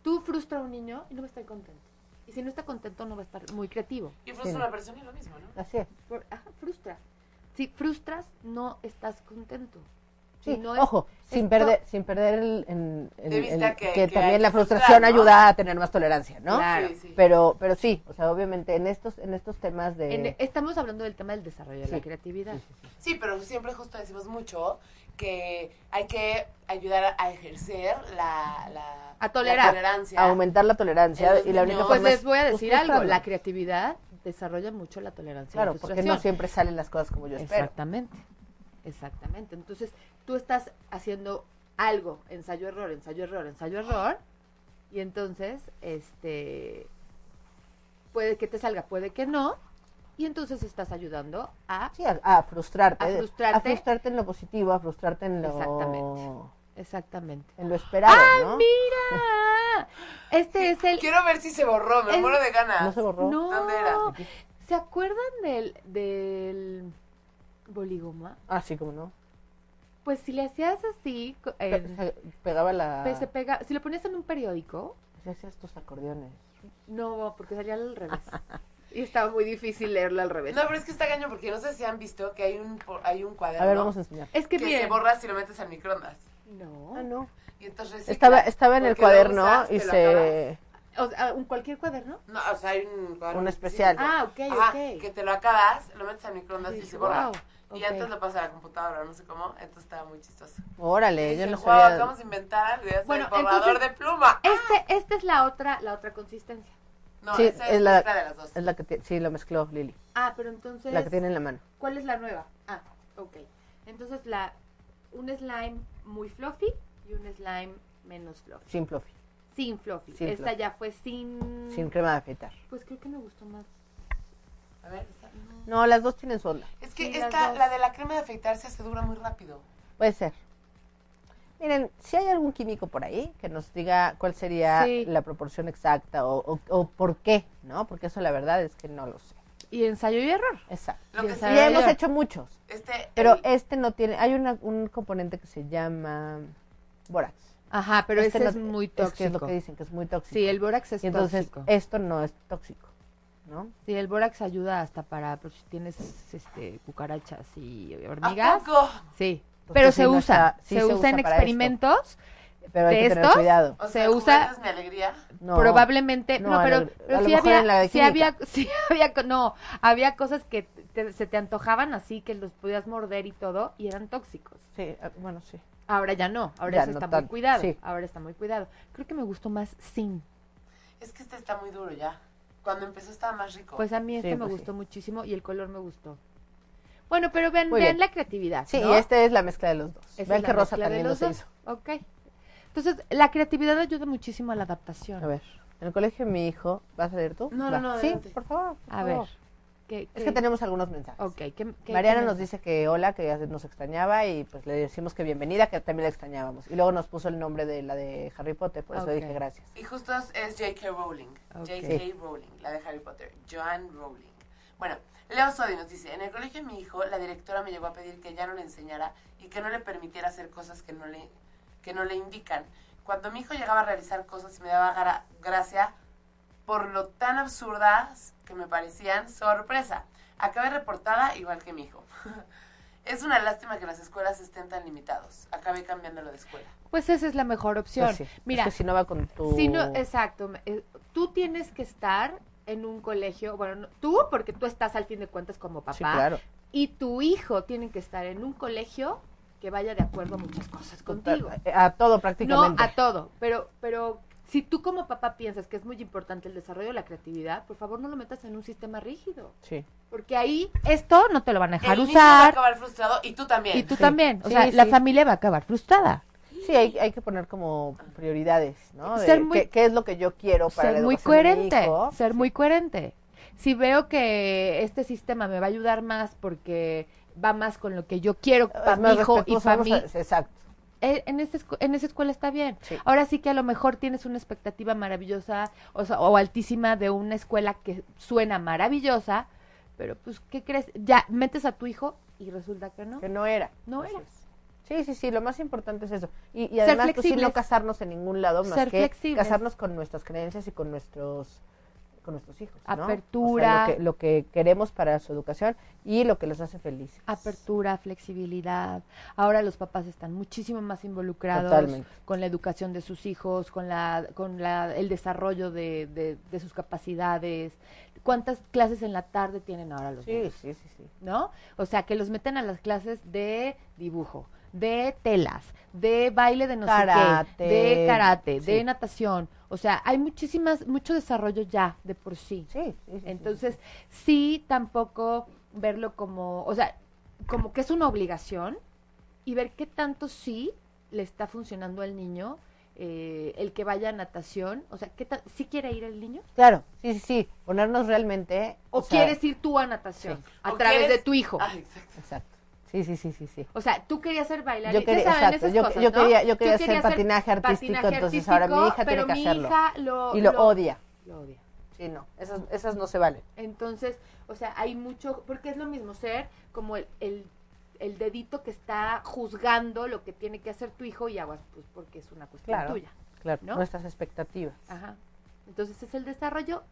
Speaker 3: Tú frustras a un niño y no va a estar contento. Y si no está contento, no va a estar muy creativo.
Speaker 4: Y frustra
Speaker 2: Sí.
Speaker 4: una persona y lo mismo, ¿no?
Speaker 2: Así es.
Speaker 3: Por- ajá, frustra. Si frustras, no estás contento.
Speaker 2: Sí,
Speaker 3: Y no es-
Speaker 2: ojo, sin
Speaker 3: esto-
Speaker 2: perder, sin perder el, en- en-
Speaker 4: De vista
Speaker 2: el-
Speaker 4: que-
Speaker 2: que,
Speaker 4: que hay
Speaker 2: también la
Speaker 4: que
Speaker 2: frustración
Speaker 4: frustrar, ¿no?
Speaker 2: ayuda a tener más tolerancia, ¿no?
Speaker 3: Claro.
Speaker 4: Sí, sí.
Speaker 2: Pero, pero sí, o sea, obviamente en estos, en estos temas de
Speaker 3: En- e- estamos hablando del tema del desarrollo de la
Speaker 2: eh, Sí.
Speaker 3: creatividad.
Speaker 4: Sí, pero siempre justo decimos mucho que hay que ayudar a ejercer la, la,
Speaker 3: A tolerar.
Speaker 4: la tolerancia.
Speaker 2: aumentar la
Speaker 4: en
Speaker 2: tolerancia
Speaker 4: los
Speaker 2: y la única
Speaker 4: niños.
Speaker 2: forma
Speaker 3: Pues
Speaker 2: es
Speaker 3: les voy a decir algo,
Speaker 2: frustrarlos.
Speaker 3: la creatividad desarrolla mucho la tolerancia y
Speaker 2: claro,
Speaker 3: la
Speaker 2: porque
Speaker 3: frustración.
Speaker 2: no siempre salen las cosas como yo espero.
Speaker 3: Exactamente. Exactamente. Entonces, tú estás haciendo algo, ensayo error, ensayo error, ensayo error, y entonces este puede que te salga, puede que no, y entonces estás ayudando a
Speaker 2: Sí, a, a frustrarte,
Speaker 3: A
Speaker 2: de-
Speaker 3: frustrarte.
Speaker 2: a frustrarte en lo positivo, a frustrarte en
Speaker 3: Exactamente.
Speaker 2: lo,
Speaker 3: exactamente.
Speaker 2: en lo esperado,
Speaker 3: ¡Ay,
Speaker 2: ¿no?
Speaker 3: mira! Este es el
Speaker 4: Quiero ver si se borró, me
Speaker 3: Es-
Speaker 4: muero de ganas.
Speaker 2: No se borró.
Speaker 3: No. Ah,
Speaker 4: ¿Dónde era?
Speaker 2: Aquí.
Speaker 3: ¿Se acuerdan del, del boligoma?
Speaker 2: Ah, sí, como no.
Speaker 3: Pues si le hacías así, co-
Speaker 2: Pe-
Speaker 3: en-
Speaker 2: se pegaba la.
Speaker 3: Eh, pe- se pega, si lo ponías en un periódico,
Speaker 2: se hacía estos acordeones.
Speaker 3: no, porque salía al revés. y estaba muy difícil leerlo al revés.
Speaker 4: No, pero es que está caño porque no sé si han visto que hay un, por- hay un cuaderno
Speaker 2: A ver, vamos a enseñar.
Speaker 3: es que,
Speaker 4: que
Speaker 3: miren,
Speaker 4: se borra si lo metes al microondas.
Speaker 3: no.
Speaker 2: Ah, no.
Speaker 4: Y entonces reciclas,
Speaker 2: Estaba, estaba en el
Speaker 4: porque lo
Speaker 2: cuaderno
Speaker 4: usas,
Speaker 2: y
Speaker 4: te lo
Speaker 2: se.
Speaker 3: O sea, ¿un cualquier cuaderno.
Speaker 4: acabas. No, o sea, hay un cuaderno
Speaker 2: Un
Speaker 4: que
Speaker 2: especial.
Speaker 4: sí.
Speaker 3: Ah, ok,
Speaker 4: Ajá,
Speaker 3: ok.
Speaker 4: que te lo acabas, lo metes al microondas y
Speaker 3: Dije,
Speaker 4: se borra.
Speaker 3: "Wow,
Speaker 4: Y
Speaker 3: ok".
Speaker 4: antes lo pasa a la computadora, no sé cómo, entonces estaba muy chistoso.
Speaker 2: Órale,
Speaker 4: Dije,
Speaker 2: Eh, yo no
Speaker 4: "Guau,
Speaker 2: sabía.
Speaker 4: acabamos de inventar algo, ya
Speaker 3: Bueno,
Speaker 4: bueno, borrador
Speaker 3: entonces-
Speaker 4: de pluma.
Speaker 3: Este, esta es la otra, la otra consistencia.
Speaker 4: No,
Speaker 2: Sí,
Speaker 4: esa es,
Speaker 2: es
Speaker 4: la
Speaker 2: la-
Speaker 4: mezcla de las dos.
Speaker 2: Es la que ti- sí, lo mezcló Lili.
Speaker 3: Ah, pero entonces,
Speaker 2: La que tiene en la mano.
Speaker 3: ¿cuál es la nueva? Ah, ok. Entonces la, un slime muy fluffy y un slime menos fluffy.
Speaker 2: Sin fluffy.
Speaker 3: Sin fluffy.
Speaker 2: Sin
Speaker 3: esta
Speaker 2: fluffy.
Speaker 3: ya fue sin...
Speaker 2: Sin crema de afeitar.
Speaker 3: Pues creo que me gustó más.
Speaker 4: A ver, esta-
Speaker 2: No, las dos tienen su onda.
Speaker 4: es que
Speaker 3: Sí, las
Speaker 4: esta,
Speaker 3: dos.
Speaker 4: la de la crema de afeitarse se dura muy rápido.
Speaker 2: Puede ser. Miren, si hay algún químico por ahí que nos diga cuál sería
Speaker 3: Sí.
Speaker 2: la proporción exacta o, o- o por qué, ¿no? Porque eso la verdad es que no lo sé.
Speaker 3: Y ensayo y error.
Speaker 2: Exacto.
Speaker 4: Lo
Speaker 3: Y
Speaker 4: que
Speaker 3: esa-
Speaker 2: Y
Speaker 4: sí,
Speaker 2: ya
Speaker 3: Ah,
Speaker 2: hemos
Speaker 3: ya.
Speaker 2: hecho muchos,
Speaker 4: este,
Speaker 2: pero
Speaker 4: el-
Speaker 2: este no tiene. Hay una- un componente que se llama bórax.
Speaker 3: Ajá, pero
Speaker 2: Este
Speaker 3: este
Speaker 2: no-
Speaker 3: es muy
Speaker 2: que
Speaker 3: tóxico.
Speaker 2: Es, lo que dicen, que es muy tóxico.
Speaker 3: Sí, el bórax es
Speaker 2: y entonces eh,
Speaker 3: tóxico.
Speaker 2: esto no es tóxico, ¿no?
Speaker 3: Sí, el bórax ayuda hasta para pues, si tienes este, cucarachas y
Speaker 4: ¿a
Speaker 3: hormigas.
Speaker 4: poco?
Speaker 3: Sí,
Speaker 2: Ah, Pues
Speaker 3: pero
Speaker 2: sí,
Speaker 3: se
Speaker 2: no
Speaker 3: usa,
Speaker 2: está- sí
Speaker 3: se,
Speaker 2: se
Speaker 3: usa
Speaker 2: usa
Speaker 3: en
Speaker 2: para esto.
Speaker 3: experimentos.
Speaker 2: Pero hay
Speaker 3: ¿De
Speaker 2: que tener
Speaker 3: estos?
Speaker 2: cuidado.
Speaker 4: O sea,
Speaker 3: Se
Speaker 4: el
Speaker 3: usa-
Speaker 4: juguete es mi alegría.
Speaker 2: No.
Speaker 3: Probablemente, no,
Speaker 2: No, a
Speaker 3: pero,
Speaker 2: lo- a
Speaker 3: pero
Speaker 2: lo
Speaker 3: sí,
Speaker 2: mejor en la
Speaker 3: había,
Speaker 2: de
Speaker 3: sí había, sí había, co- no, había cosas que te- se te antojaban así, que los podías morder y todo, y eran tóxicos.
Speaker 2: Sí, ah, bueno, sí.
Speaker 3: Ahora ya no, ahora
Speaker 2: Ya
Speaker 3: eso
Speaker 2: no
Speaker 3: está muy
Speaker 2: tanto,
Speaker 3: cuidado,
Speaker 2: sí.
Speaker 3: ahora está muy cuidado. Creo que me gustó más sin,
Speaker 4: Es que este está muy duro ya. Cuando empezó estaba más rico.
Speaker 3: pues a mí este
Speaker 2: Sí,
Speaker 3: me
Speaker 2: pues sí.
Speaker 3: gustó muchísimo y el color me gustó. Bueno, pero vean,
Speaker 2: Muy
Speaker 3: vean
Speaker 2: bien.
Speaker 3: la creatividad,
Speaker 2: Sí,
Speaker 3: ¿no?
Speaker 2: esta es la mezcla de los dos.
Speaker 3: Esa
Speaker 2: Vean
Speaker 3: es
Speaker 2: que
Speaker 3: la
Speaker 2: Rosa
Speaker 3: mezcla de
Speaker 2: también
Speaker 3: los
Speaker 2: los, hizo.
Speaker 3: dos. Ok. Entonces, la creatividad ayuda muchísimo a la adaptación.
Speaker 2: A ver, en el colegio mi hijo, ¿vas a leer tú?
Speaker 4: No,
Speaker 2: Va.
Speaker 4: no, no,
Speaker 2: Sí,
Speaker 4: adelante.
Speaker 2: por favor. por
Speaker 3: A ver.
Speaker 2: favor.
Speaker 3: ¿qué-
Speaker 2: Oh. Es
Speaker 3: qué-
Speaker 2: que tenemos algunos mensajes.
Speaker 3: Ok, ¿qué- qué-
Speaker 2: Mariana
Speaker 3: qué-
Speaker 2: nos dice que hola, que ya nos extrañaba y pues le decimos que bienvenida, que también la extrañábamos. Y luego nos puso el nombre de la de Harry Potter, por eso le
Speaker 3: Ok.
Speaker 2: dije gracias.
Speaker 4: Y justo es, es J.K. Rowling.
Speaker 3: Ok.
Speaker 4: J.K. Rowling, la de Harry Potter. Joan Rowling. Bueno, Leo Sodi nos dice, en el colegio de mi hijo, la directora me llegó a pedir que ya no le enseñara y que no le permitiera hacer cosas que no le, que no le indican. Cuando mi hijo llegaba a realizar cosas me daba gra- gracia por lo tan absurdas que me parecían sorpresa. Acabé reportada igual que mi hijo. es una lástima que las escuelas estén tan limitados. Acabé cambiándolo de escuela.
Speaker 3: Pues esa es la mejor opción.
Speaker 2: Pues sí, Oh.
Speaker 3: Mira,
Speaker 2: es que si no va con tu...
Speaker 3: Si no, exacto. eh, Tú tienes que estar en un colegio, bueno, no- tú porque tú estás al fin de cuentas como papá
Speaker 2: Sí, claro.
Speaker 3: y tu hijo tiene que estar en un colegio que vaya de acuerdo a muchas cosas contigo.
Speaker 2: eh, A todo
Speaker 3: No
Speaker 2: prácticamente.
Speaker 3: a todo, pero pero si tú como papá piensas que es muy importante el desarrollo de la creatividad, por favor no lo metas en un sistema rígido,
Speaker 2: Sí.
Speaker 3: porque ahí esto no te lo van a dejar
Speaker 4: el niño va a
Speaker 3: usar
Speaker 4: acabar frustrado y tú también.
Speaker 3: y tú
Speaker 2: Sí.
Speaker 3: también, o
Speaker 2: Sí,
Speaker 3: sea, la
Speaker 2: sí.
Speaker 3: familia va a acabar frustrada.
Speaker 2: Sí, hay, hay que poner como prioridades, ¿no? De
Speaker 3: Ser muy-
Speaker 2: qué, qué es lo que yo quiero para la
Speaker 3: ser muy
Speaker 2: educación de mi
Speaker 3: coherente,
Speaker 2: hijo?
Speaker 3: ser muy coherente. Si veo que este sistema me va a ayudar más porque va más con lo que yo quiero
Speaker 2: Es
Speaker 3: para mi
Speaker 2: más
Speaker 3: hijo y
Speaker 2: respetuoso,
Speaker 3: para
Speaker 2: vamos
Speaker 3: mí,
Speaker 2: a- Exacto.
Speaker 3: eh, en, este escu- en esa escuela está bien.
Speaker 2: Sí.
Speaker 3: Ahora sí que a lo mejor tienes una expectativa maravillosa o, sea, o altísima de una escuela que suena maravillosa, pero pues, ¿qué crees? Ya metes a tu hijo y resulta que no.
Speaker 2: Que no era.
Speaker 3: No
Speaker 2: Así
Speaker 3: era.
Speaker 2: es. Sí, sí, sí, lo más importante es eso. Y, y
Speaker 3: Ser
Speaker 2: además, pues, sí,
Speaker 3: flexibles.
Speaker 2: no casarnos en ningún lado más
Speaker 3: Ser
Speaker 2: que
Speaker 3: flexibles.
Speaker 2: casarnos con nuestras creencias y con nuestros con nuestros hijos. ¿no?
Speaker 3: Apertura.
Speaker 2: O sea, lo, que, lo que queremos para su educación y lo que los hace felices.
Speaker 3: apertura, flexibilidad. Ahora los papás están muchísimo más involucrados
Speaker 2: Totalmente.
Speaker 3: con la educación de sus hijos, con la con la, el desarrollo de, de- de sus capacidades. ¿Cuántas clases en la tarde tienen ahora los
Speaker 2: Sí,
Speaker 3: niños?
Speaker 2: sí, sí, sí.
Speaker 3: ¿No? O sea, que los meten a las clases de dibujo, de telas, de baile de no sé
Speaker 2: Karate.
Speaker 3: qué, de karate,
Speaker 2: Sí.
Speaker 3: de natación. O sea, hay muchísimas mucho desarrollo ya de por sí.
Speaker 2: Sí, sí, sí, sí.
Speaker 3: Entonces, sí, tampoco verlo como, o sea, como que es una obligación y ver qué tanto sí le está funcionando al niño eh, el que vaya a natación, o sea, qué tan, sí quiere ir el niño
Speaker 2: Claro, sí, sí, sí. Ponernos realmente.
Speaker 3: o,
Speaker 2: sea,
Speaker 3: quieres ir tú a natación
Speaker 2: sí.
Speaker 3: a
Speaker 4: ¿O
Speaker 3: través
Speaker 4: quieres-
Speaker 3: de tu hijo.
Speaker 4: Ah, exacto.
Speaker 2: Exacto. Sí, sí, sí, sí, sí.
Speaker 3: O sea, tú querías ser bailarina.
Speaker 2: Yo
Speaker 3: ya
Speaker 2: quería-
Speaker 3: saben
Speaker 2: exacto,
Speaker 3: esas
Speaker 2: yo-
Speaker 3: cosas,
Speaker 2: yo
Speaker 3: ¿no?
Speaker 2: quería- yo quería hacer
Speaker 3: querías
Speaker 2: patinaje artístico, entonces ahora mi hija tiene
Speaker 3: pero
Speaker 2: que
Speaker 3: mi
Speaker 2: hacerlo.
Speaker 3: hija lo,
Speaker 2: Y lo, odia.
Speaker 3: lo odia.
Speaker 2: Sí, no. Esas, esas no se valen.
Speaker 3: Entonces, o sea, hay mucho, porque es lo mismo ser como el, el, el dedito que está juzgando lo que tiene que hacer tu hijo y aguas, pues porque es una cuestión
Speaker 2: Claro.
Speaker 3: tuya.
Speaker 2: Claro.
Speaker 3: ¿No?
Speaker 2: Nuestras expectativas.
Speaker 3: Ajá. Entonces es el desarrollo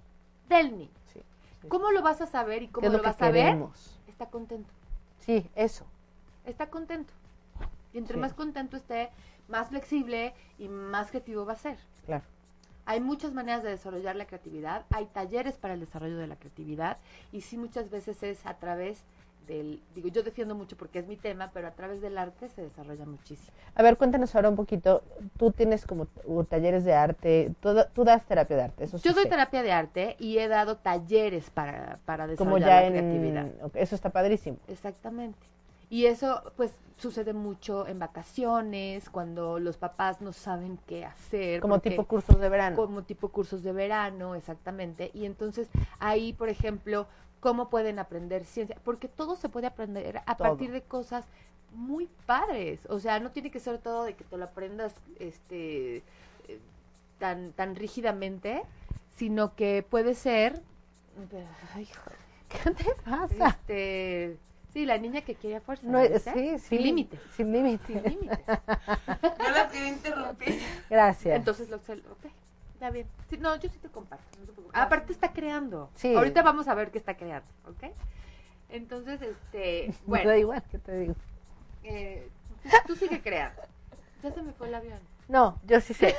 Speaker 3: del niño.
Speaker 2: Sí. sí.
Speaker 3: ¿Cómo lo vas a saber y
Speaker 2: ¿Qué
Speaker 3: cómo
Speaker 2: es
Speaker 3: lo,
Speaker 2: lo que
Speaker 3: vas a ver?
Speaker 2: queremos?
Speaker 3: Está contento.
Speaker 2: Sí, eso.
Speaker 3: Está contento. Y entre
Speaker 2: Sí.
Speaker 3: más contento esté, más flexible y más creativo va a ser.
Speaker 2: Claro.
Speaker 3: Hay muchas maneras de desarrollar la creatividad, hay talleres para el desarrollo de la creatividad y sí muchas veces es a través del, digo, yo defiendo mucho porque es mi tema, pero a través del arte se desarrolla muchísimo.
Speaker 2: A ver, cuéntanos ahora un poquito. Tú tienes como t- u- talleres de arte. Tú, da- tú das terapia de arte. Eso sí
Speaker 3: Yo doy
Speaker 2: sé.
Speaker 3: terapia de arte y he dado talleres para, para
Speaker 2: Como
Speaker 3: desarrollar
Speaker 2: ya
Speaker 3: la
Speaker 2: en.
Speaker 3: creatividad.
Speaker 2: ok, Eso está padrísimo.
Speaker 3: Exactamente. Y eso pues sucede mucho en vacaciones, cuando los papás no saben qué hacer.
Speaker 2: Como
Speaker 3: porque-
Speaker 2: tipo cursos de verano.
Speaker 3: como tipo cursos de verano, exactamente. Y entonces ahí, por ejemplo, cómo pueden aprender ciencia, porque todo se puede aprender a
Speaker 2: Todo.
Speaker 3: partir de cosas muy padres. O sea, no tiene que ser todo de que te lo aprendas este eh, tan tan rígidamente, sino que puede ser Ay, hijo,
Speaker 2: ¿Qué te pasa?
Speaker 3: este, sí, la niña que quiere a fuerza,
Speaker 2: No, es-
Speaker 3: ¿viste?
Speaker 2: sí, sí.
Speaker 3: sin límites,
Speaker 2: Sin límite.
Speaker 3: sin límites.
Speaker 4: No las quería interrumpir.
Speaker 2: Gracias.
Speaker 3: Entonces lo observo. Ok, está bien. Sí, no, yo sí te comparto. no te preocupes. Aparte está creando.
Speaker 2: Sí.
Speaker 3: Ahorita vamos a ver qué está creando, ¿ok? Entonces, este,
Speaker 2: Me
Speaker 3: bueno,
Speaker 2: da igual, ¿qué te digo?
Speaker 3: eh, tú, tú sigue creando. Ya se me fue el avión.
Speaker 2: No, yo sí sé.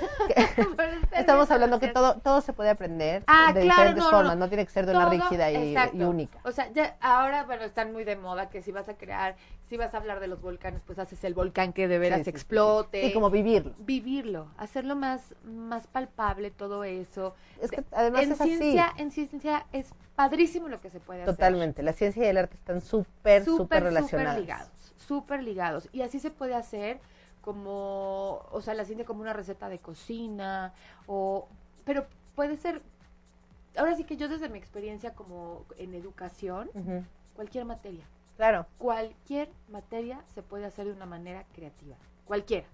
Speaker 3: Pero está
Speaker 2: Estamos
Speaker 3: bien,
Speaker 2: hablando que
Speaker 3: gracias.
Speaker 2: todo, todo se puede aprender
Speaker 3: Ah,
Speaker 2: de
Speaker 3: claro,
Speaker 2: diferentes
Speaker 3: no, no,
Speaker 2: formas,
Speaker 3: no.
Speaker 2: no. tiene que ser de una
Speaker 3: Todo,
Speaker 2: rígida y,
Speaker 3: exacto.
Speaker 2: y única.
Speaker 3: O sea, ya ahora, bueno, están muy de moda que si vas a crear, si vas a hablar de los volcanes, pues haces el volcán que de veras
Speaker 2: Sí, sí, sí, sí.
Speaker 3: explote.
Speaker 2: Sí, como vivirlo.
Speaker 3: vivirlo, hacerlo más, más palpable todo eso.
Speaker 2: Es que
Speaker 3: De-
Speaker 2: además
Speaker 3: en
Speaker 2: es así.
Speaker 3: ciencia, En ciencia es padrísimo lo que se puede hacer.
Speaker 2: Totalmente. La ciencia y el arte están súper, súper
Speaker 3: súper
Speaker 2: relacionados.
Speaker 3: ligados, súper ligados. Y así se puede hacer como, o sea, la siente como una receta de cocina, o, pero puede ser, ahora sí que yo desde mi experiencia como en educación,
Speaker 2: Ujú.
Speaker 3: cualquier materia,
Speaker 2: Claro.
Speaker 3: cualquier materia se puede hacer de una manera creativa, cualquiera,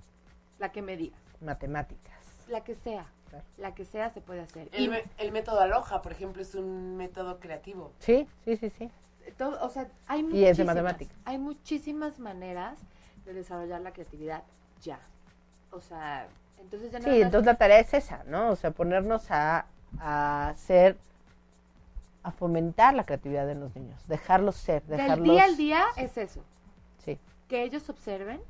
Speaker 3: la que me digas,
Speaker 2: Matemáticas.
Speaker 3: la que sea,
Speaker 2: Claro.
Speaker 3: la que sea se puede hacer.
Speaker 4: El,
Speaker 3: Y
Speaker 4: me- el método Aloha, por ejemplo, es un método creativo.
Speaker 2: Sí, sí, sí, sí.
Speaker 3: todo, o sea, hay
Speaker 2: Y es de
Speaker 3: muchísimas-
Speaker 2: matemáticas.
Speaker 3: Hay muchísimas maneras de desarrollar la creatividad ya. O sea, entonces ya no
Speaker 2: Sí, entonces la tarea es esa, ¿no? O sea, ponernos a, a hacer, a fomentar la creatividad de los niños, dejarlos ser,
Speaker 3: del
Speaker 2: dejarlos...
Speaker 3: día al día es eso,
Speaker 2: Sí,
Speaker 3: que ellos observen,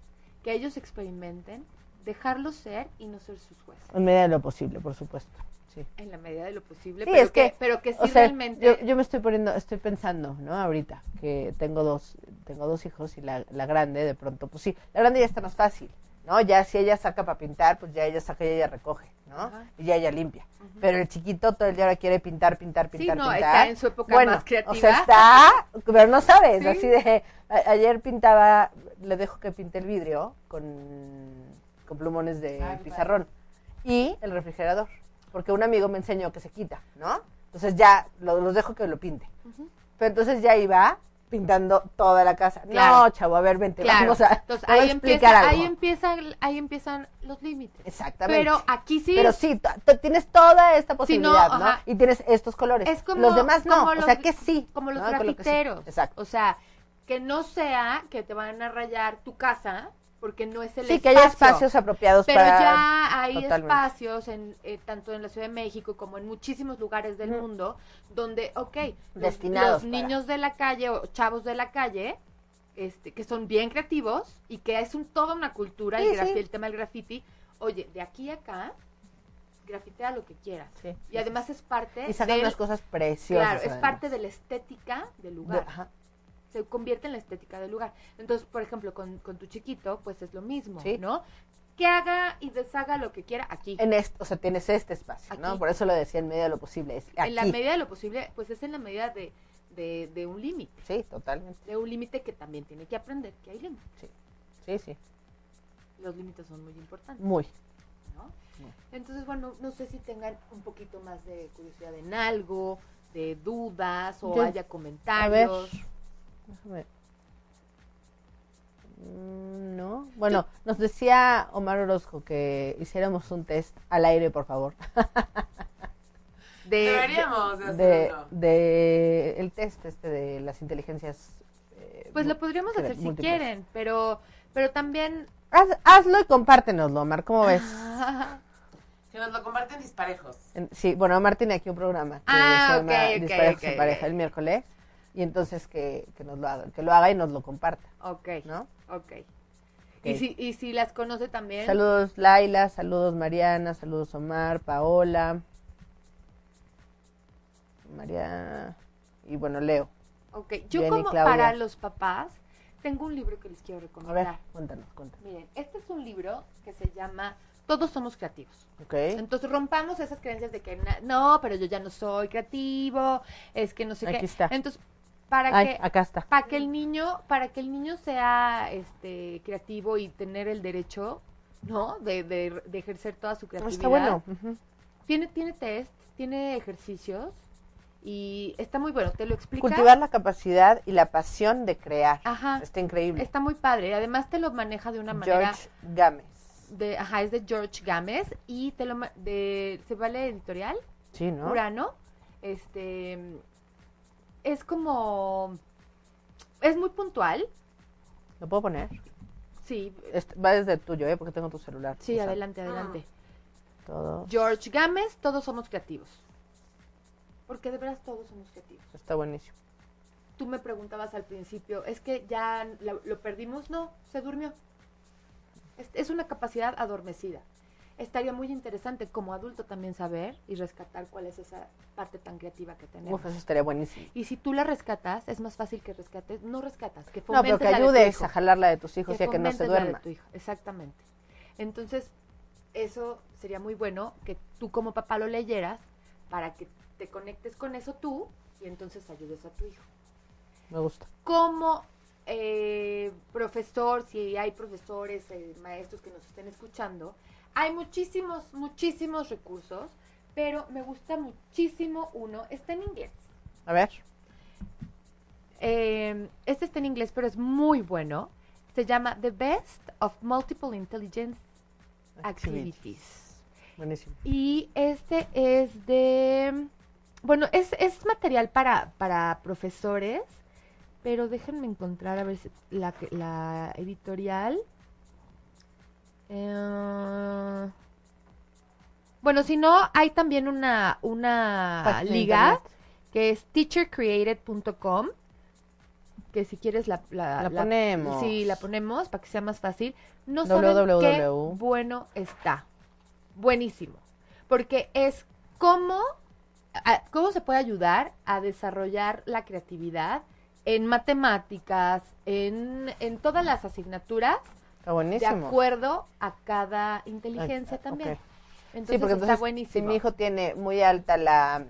Speaker 3: que ellos experimenten, dejarlos ser y no ser sus jueces.
Speaker 2: en medida de lo posible, por supuesto. Sí.
Speaker 3: En la medida de lo posible,
Speaker 2: Sí,
Speaker 3: pero,
Speaker 2: es
Speaker 3: que,
Speaker 2: que,
Speaker 3: pero que sí
Speaker 2: o sea,
Speaker 3: realmente
Speaker 2: yo, yo me estoy poniendo, estoy pensando, ¿no? Ahorita que tengo dos, tengo dos hijos y la, la grande de pronto, pues sí, la grande ya está más fácil, ¿no? Ya si ella saca para pintar, pues ya ella saca y ella recoge, ¿no?
Speaker 3: Ajá.
Speaker 2: Y ya ella limpia. Pero el chiquito todo el día ahora quiere pintar, pintar,
Speaker 3: Sí,
Speaker 2: pintar,
Speaker 3: no,
Speaker 2: pintar.
Speaker 3: está en su época
Speaker 2: Bueno,
Speaker 3: más creativa.
Speaker 2: O sea, está, pero no sabes,
Speaker 3: Sí.
Speaker 2: así de, a- ayer pintaba, le dejo que pinte el vidrio con, con plumones de
Speaker 4: Ah, qué
Speaker 2: pizarrón y el refrigerador, porque un amigo me enseñó que se quita, ¿no? Entonces ya lo- los dejo que lo pinte.
Speaker 3: Ujú.
Speaker 2: Pero entonces ya iba pintando toda la casa. No,
Speaker 3: Claro.
Speaker 2: chavo, a ver, vente,
Speaker 3: claro.
Speaker 2: vamos a,
Speaker 3: entonces
Speaker 2: te voy a
Speaker 3: ahí
Speaker 2: explicar
Speaker 3: empieza,
Speaker 2: algo.
Speaker 3: ahí empieza, ahí empiezan los límites.
Speaker 2: Exactamente.
Speaker 3: Pero aquí sí,
Speaker 2: Pero sí, to- to- tienes toda esta posibilidad, ¿no?
Speaker 3: ajá.
Speaker 2: Y tienes estos colores.
Speaker 3: Es como-
Speaker 2: los demás no,
Speaker 3: como
Speaker 2: o
Speaker 3: los-
Speaker 2: sea que sí.
Speaker 3: como los
Speaker 2: ¿no? Con lo que sí.
Speaker 3: grafiteros.
Speaker 2: Exacto.
Speaker 3: O sea, que no sea que te van a rayar tu casa porque no es el
Speaker 2: Sí,
Speaker 3: espacio.
Speaker 2: que haya espacios apropiados
Speaker 3: Pero
Speaker 2: para...
Speaker 3: ya hay
Speaker 2: Totalmente.
Speaker 3: espacios, en, eh, tanto en la Ciudad de México como en muchísimos lugares del
Speaker 2: Ujú.
Speaker 3: mundo, donde, ok, los-
Speaker 2: Destinados
Speaker 3: los,
Speaker 2: para-
Speaker 3: niños de la calle o chavos de la calle, este, que son bien creativos y que es un, toda una cultura el,
Speaker 2: Sí,
Speaker 3: grafi-
Speaker 2: sí.
Speaker 3: el tema del graffiti. Oye, de aquí a acá, grafitea lo que quieras.
Speaker 2: Sí.
Speaker 3: Y además es parte
Speaker 2: Y sacan
Speaker 3: del-
Speaker 2: unas cosas preciosas.
Speaker 3: Claro, es
Speaker 2: además.
Speaker 3: parte de la estética del lugar.
Speaker 2: Ajá.
Speaker 3: Se convierte en la estética del lugar. Entonces, por ejemplo, con, con tu chiquito, pues es lo mismo,
Speaker 2: Sí.
Speaker 3: ¿no? Que haga y deshaga lo que quiera aquí. En,
Speaker 2: En este, o sea, tienes este espacio, ¿no?
Speaker 3: Aquí.
Speaker 2: Por eso lo decía en medio de lo posible. Es aquí.
Speaker 3: la medida de lo posible, pues es en la medida de, de, de un límite.
Speaker 2: Sí, totalmente.
Speaker 3: De un límite que también tiene que aprender que hay límites.
Speaker 2: Sí, sí.
Speaker 3: Los límites son muy importantes,
Speaker 2: Muy.
Speaker 3: ¿no?
Speaker 2: Muy.
Speaker 3: Entonces, bueno, no sé si tengan un poquito más de curiosidad en algo, de dudas o
Speaker 2: Yo-
Speaker 3: haya
Speaker 2: A ver.
Speaker 3: comentarios.
Speaker 2: Déjame. Mm, No. Bueno, nos decía Omar Orozco que hiciéramos un test al aire, por favor.
Speaker 3: de- Eh, de,
Speaker 4: Deberíamos de,
Speaker 2: de,
Speaker 4: hacerlo.
Speaker 2: de el test este de las inteligencias. eh,
Speaker 3: Pues
Speaker 2: mu-
Speaker 3: lo podríamos
Speaker 2: cre-
Speaker 3: hacer si
Speaker 2: múltiples.
Speaker 3: quieren, pero pero también
Speaker 2: Haz- hazlo y compártenoslo, Omar.
Speaker 3: Ah.
Speaker 2: ¿Cómo ves?
Speaker 4: Que nos lo comparten disparejos.
Speaker 2: En- sí, bueno, Omar tiene aquí un programa que
Speaker 3: Ah,
Speaker 2: se
Speaker 3: ok,
Speaker 2: llama
Speaker 3: ok,
Speaker 2: Disparejos
Speaker 3: ok,
Speaker 2: en Pareja
Speaker 3: ok.
Speaker 2: el miércoles. Y entonces que, que nos lo haga, que lo haga y nos lo comparta,
Speaker 3: ok,
Speaker 2: ¿no?
Speaker 3: ok. Y ¿eh? si, y si las conoce también,
Speaker 2: Saludos Laila, saludos Mariana, saludos Omar, Paola, María y bueno, Leo.
Speaker 3: ok. Yo
Speaker 2: Jenny,
Speaker 3: como
Speaker 2: Claudia.
Speaker 3: para los papás, tengo un libro que les quiero
Speaker 2: A ver,
Speaker 3: recomendar.
Speaker 2: cuéntanos, cuéntanos.
Speaker 3: Miren, este es un libro que se llama Todos somos creativos.
Speaker 2: Ok,
Speaker 3: Entonces rompamos esas creencias de que na- no, pero yo ya no soy creativo, es que no sé
Speaker 2: Aquí
Speaker 3: qué.
Speaker 2: está.
Speaker 3: Entonces, para
Speaker 2: Ay,
Speaker 3: que
Speaker 2: acá está.
Speaker 3: para que el niño para que el niño sea este creativo y tener el derecho no de, de- de ejercer toda su creatividad
Speaker 2: Está bueno. ujú.
Speaker 3: tiene tiene test tiene ejercicios y está muy bueno te lo explica
Speaker 2: Cultivar la capacidad y la pasión de crear.
Speaker 3: Ajá.
Speaker 2: Está increíble.
Speaker 3: está muy padre además te lo maneja de Ah, una manera
Speaker 2: George Gámez.
Speaker 3: de ajá es de George Gámez y te lo ma- de se vale editorial
Speaker 2: Sí, ¿no?
Speaker 3: Urano, este es como es muy puntual
Speaker 2: ¿Lo puedo poner?
Speaker 3: sí
Speaker 2: Este- va desde el tuyo, ¿eh? Porque tengo tu celular.
Speaker 3: sí
Speaker 2: O sea,
Speaker 3: adelante adelante
Speaker 2: Todo.
Speaker 3: George Gámez, todos somos creativos. Porque de veras todos somos creativos.
Speaker 2: Está buenísimo.
Speaker 3: Tú me preguntabas al principio, ¿es que ya la- lo perdimos? No, se durmió. Es, es una capacidad adormecida. Estaría muy interesante como adulto también saber y rescatar cuál es esa parte tan creativa que tenemos.
Speaker 2: Uf, eso estaría buenísimo.
Speaker 3: Y si tú la rescatas, es más fácil que rescates, no rescatas, que
Speaker 2: No,
Speaker 3: fomentes
Speaker 2: pero que
Speaker 3: la de tu
Speaker 2: ayudes
Speaker 3: hijo.
Speaker 2: a jalarla de tus hijos ya que no se
Speaker 3: fomentes la de
Speaker 2: duerma.
Speaker 3: tu hijo, Exactamente. Entonces, eso sería muy bueno que tú como papá lo leyeras para que te conectes con eso tú y entonces ayudes a tu hijo.
Speaker 2: Me gusta.
Speaker 3: ¿Cómo eh, profesor, si hay profesores, eh, maestros que nos estén escuchando, hay muchísimos, muchísimos recursos, pero me gusta muchísimo uno, está en inglés.
Speaker 2: A ver.
Speaker 3: Eh, este está en inglés, pero es muy bueno. Se llama The Best of Multiple Intelligence
Speaker 2: Activities.
Speaker 3: Activities.
Speaker 2: Buenísimo.
Speaker 3: Y este es de. Bueno, es, es material para, para profesores, pero déjenme encontrar a ver si la, que- la editorial. Eh, bueno, si no, hay también una, una
Speaker 2: Página de
Speaker 3: liga
Speaker 2: internet.
Speaker 3: que es teachercreated.com. Que si quieres la, la,
Speaker 2: La ponemos.
Speaker 3: Sí, la ponemos para que sea más fácil. No saben qué
Speaker 2: www..
Speaker 3: bueno está. Buenísimo. Porque es cómo, a- cómo se puede ayudar a desarrollar la creatividad en matemáticas, en, en todas las asignaturas,
Speaker 2: Está
Speaker 3: de
Speaker 2: buenísimo.
Speaker 3: acuerdo a cada inteligencia
Speaker 2: Ah,
Speaker 3: también.
Speaker 2: ok.
Speaker 3: Entonces,
Speaker 2: Sí, porque
Speaker 3: está
Speaker 2: entonces, si
Speaker 3: buenísimo.
Speaker 2: mi hijo tiene muy alta la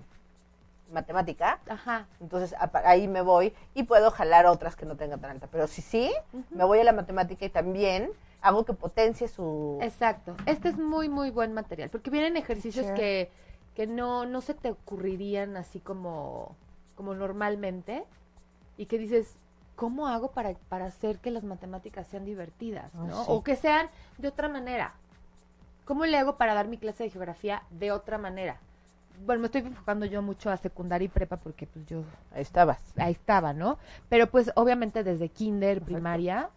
Speaker 2: matemática,
Speaker 3: Ajá.
Speaker 2: entonces a- pa- ahí me voy y puedo jalar otras que no tengan tan alta. Pero si sí,
Speaker 3: Ujú.
Speaker 2: me voy a la matemática y también hago que potencie su...
Speaker 3: Exacto. Este es muy, muy buen material. Porque vienen ejercicios
Speaker 2: Sure.
Speaker 3: que, que no, no se te ocurrirían así como, como normalmente. Y que dices, ¿cómo hago para, para hacer que las matemáticas sean divertidas?
Speaker 2: Ah,
Speaker 3: ¿no?
Speaker 2: sí.
Speaker 3: O que sean de otra manera. ¿Cómo le hago para dar mi clase de geografía de otra manera? Bueno, me estoy enfocando yo mucho a secundaria y prepa porque pues yo
Speaker 2: Ahí estabas.
Speaker 3: ahí estaba, ¿no? Pero pues obviamente desde kinder, primaria,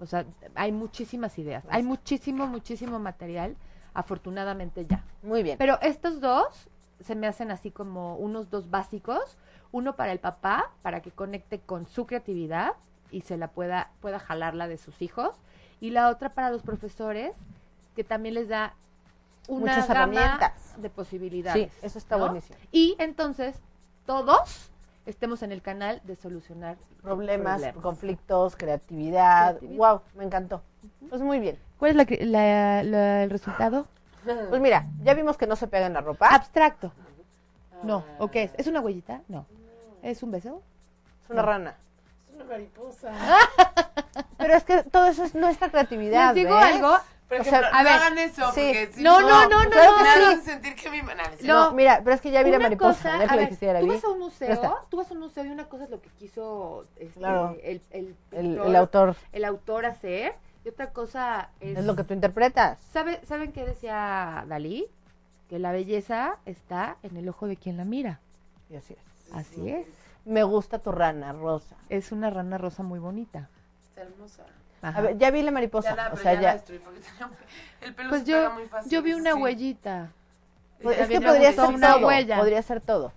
Speaker 3: o sea, hay muchísimas ideas, hay muchísimo, muchísimo material, afortunadamente ya.
Speaker 2: Muy bien.
Speaker 3: Pero estos dos se me hacen así como unos dos básicos, uno para el papá, para que conecte con su creatividad y se la pueda, pueda jalarla de sus hijos, y la otra para los profesores, que también les da una
Speaker 2: Muchas
Speaker 3: gama
Speaker 2: herramientas.
Speaker 3: de
Speaker 2: sí,
Speaker 3: posibilidades.
Speaker 2: eso está
Speaker 3: ¿no?
Speaker 2: buenísimo.
Speaker 3: Y entonces, todos estemos en el canal de solucionar
Speaker 2: Problemas, conflictos, creatividad.
Speaker 3: Creatividad.
Speaker 2: Wow, me encantó. Pues muy bien.
Speaker 3: ¿Cuál es el resultado?
Speaker 2: Pues mira, ya vimos que no se pega en la
Speaker 3: Ah.
Speaker 2: ropa.
Speaker 3: Abstracto. No.
Speaker 4: Ah,
Speaker 3: ¿O qué es? ¿Es una huellita? No. ¿Es un beso?
Speaker 2: Es una rana.
Speaker 4: Es una mariposa.
Speaker 2: Pero es que todo eso es nuestra creatividad.
Speaker 3: ¿Les digo
Speaker 2: ¿ves?
Speaker 3: algo?
Speaker 4: Por
Speaker 2: O
Speaker 4: ejemplo,
Speaker 2: sea,
Speaker 4: no
Speaker 3: a ver,
Speaker 4: hagan eso.
Speaker 2: sí.
Speaker 4: Porque si
Speaker 3: No, no, no, no,
Speaker 2: claro
Speaker 3: no.
Speaker 2: que
Speaker 4: me
Speaker 2: sí.
Speaker 4: hacen sentir que mi... No, no, es cierto.
Speaker 2: No,
Speaker 3: No.
Speaker 2: mira, pero es que ya vi la
Speaker 3: Una
Speaker 2: mariposa.
Speaker 3: cosa-
Speaker 2: ya que
Speaker 3: a
Speaker 2: la
Speaker 3: ver,
Speaker 2: dijiste, ya la
Speaker 3: tú
Speaker 2: vi.
Speaker 3: vas a un
Speaker 2: Ya
Speaker 3: museo,
Speaker 2: está.
Speaker 3: tú vas a un museo y una cosa es lo que quiso este,
Speaker 2: Claro.
Speaker 3: el, el,
Speaker 2: El,
Speaker 3: pintor,
Speaker 2: el autor
Speaker 3: el autor hacer y otra cosa es...
Speaker 2: es lo que tú interpretas.
Speaker 3: ¿Sabe- ¿Saben qué decía Dalí? Que la belleza está en el ojo de quien la mira.
Speaker 2: Y así es.
Speaker 3: Así es.
Speaker 2: Me gusta tu rana, Rosa.
Speaker 3: Es una rana rosa muy bonita.
Speaker 4: Está hermosa.
Speaker 3: Ajá.
Speaker 2: A ver, ya vi la mariposa.
Speaker 4: Ya la,
Speaker 2: o
Speaker 4: pero
Speaker 2: sea,
Speaker 4: ya
Speaker 2: ya.
Speaker 4: la destruí porque tenía un pe- el pelo
Speaker 3: Pues
Speaker 4: se pega
Speaker 3: yo,
Speaker 4: muy fácil.
Speaker 3: yo vi una
Speaker 4: sí.
Speaker 3: huellita.
Speaker 2: Pues
Speaker 3: Ya
Speaker 2: es
Speaker 3: vi
Speaker 2: que
Speaker 3: la
Speaker 2: podría
Speaker 3: mariposa,
Speaker 2: ser
Speaker 3: una
Speaker 2: todo.
Speaker 3: huella.
Speaker 2: Podría ser todo.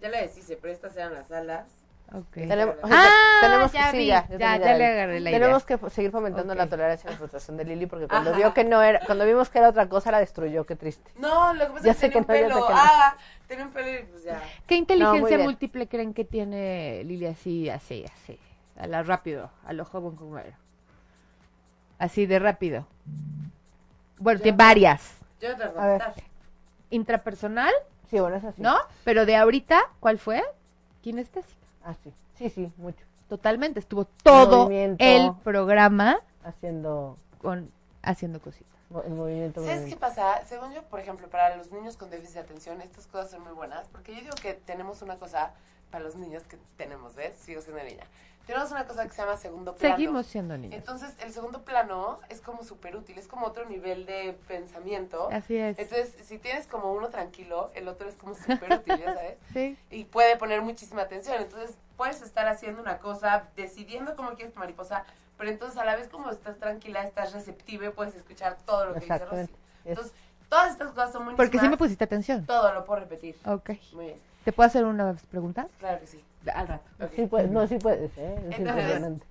Speaker 4: Ya la deshice, pero estas eran las alas.
Speaker 3: Ok.
Speaker 2: Tenemos, o sea,
Speaker 3: Ah,
Speaker 2: tenemos-
Speaker 3: ya
Speaker 2: sí,
Speaker 3: vi,
Speaker 2: ya,
Speaker 3: ya,
Speaker 2: yo
Speaker 3: ya,
Speaker 2: también la
Speaker 3: le
Speaker 2: vi.
Speaker 3: agarré la idea.
Speaker 2: Tenemos que fo- seguir fomentando
Speaker 3: Ok.
Speaker 2: la tolerancia y la frustración de Lili porque cuando vio que no era, cuando vimos que era otra cosa la destruyó, qué triste.
Speaker 4: No, lo que pasa
Speaker 2: Ya
Speaker 4: es
Speaker 2: sé
Speaker 4: que tenía
Speaker 2: que
Speaker 4: un
Speaker 2: no, ya sé que
Speaker 4: pelo.
Speaker 2: no.
Speaker 4: Ah, tenía un pelo y pues ya.
Speaker 3: ¿Qué
Speaker 2: No, muy
Speaker 3: inteligencia
Speaker 2: bien.
Speaker 3: múltiple creen que tiene Lili así, así, así? A la rápido, a lo joven como era. Así de rápido. Bueno, tiene varias.
Speaker 4: Yo no te voy
Speaker 2: A
Speaker 4: a
Speaker 2: ver.
Speaker 4: contestar.
Speaker 3: Intrapersonal,
Speaker 2: Sí, bueno, es así.
Speaker 3: ¿no? Pero de ahorita, ¿cuál fue? Kinestésica.
Speaker 2: Así. Ah, Sí, sí, mucho.
Speaker 3: Totalmente, estuvo todo
Speaker 2: Movimiento.
Speaker 3: el programa
Speaker 2: Haciendo
Speaker 3: con haciendo cositas.
Speaker 2: mo- el movimiento.
Speaker 4: ¿Sabes qué
Speaker 2: movimiento.
Speaker 4: pasa? Según yo, por ejemplo, para los niños con déficit de atención, estas cosas son muy buenas. Porque yo digo que tenemos una cosa para los niños que tenemos, ¿ves? Sigo siendo niña. Tenemos una cosa que se llama segundo plano.
Speaker 3: Seguimos siendo niños.
Speaker 4: Entonces, el segundo plano es como súper útil, es como otro nivel de pensamiento.
Speaker 3: Así es.
Speaker 4: Entonces, si tienes como uno tranquilo, el otro es como súper útil, ya sabes.
Speaker 3: Sí.
Speaker 4: Y puede poner muchísima atención. Entonces, puedes estar haciendo una cosa, decidiendo cómo quieres tu mariposa, pero entonces a la vez como estás tranquila, estás receptiva y puedes escuchar todo lo que dice Rosy.
Speaker 2: Exactamente.
Speaker 4: Entonces, todas estas cosas son muy
Speaker 3: Porque sí me pusiste atención.
Speaker 4: Todo lo puedo repetir.
Speaker 3: Ok.
Speaker 4: Muy bien,
Speaker 3: ¿Te puedo hacer unas preguntas?
Speaker 4: claro que sí.
Speaker 3: Al rato.
Speaker 4: Ok.
Speaker 2: Sí puede- no, sí puedes, ¿eh? Es
Speaker 4: Entonces,
Speaker 2: impresionante.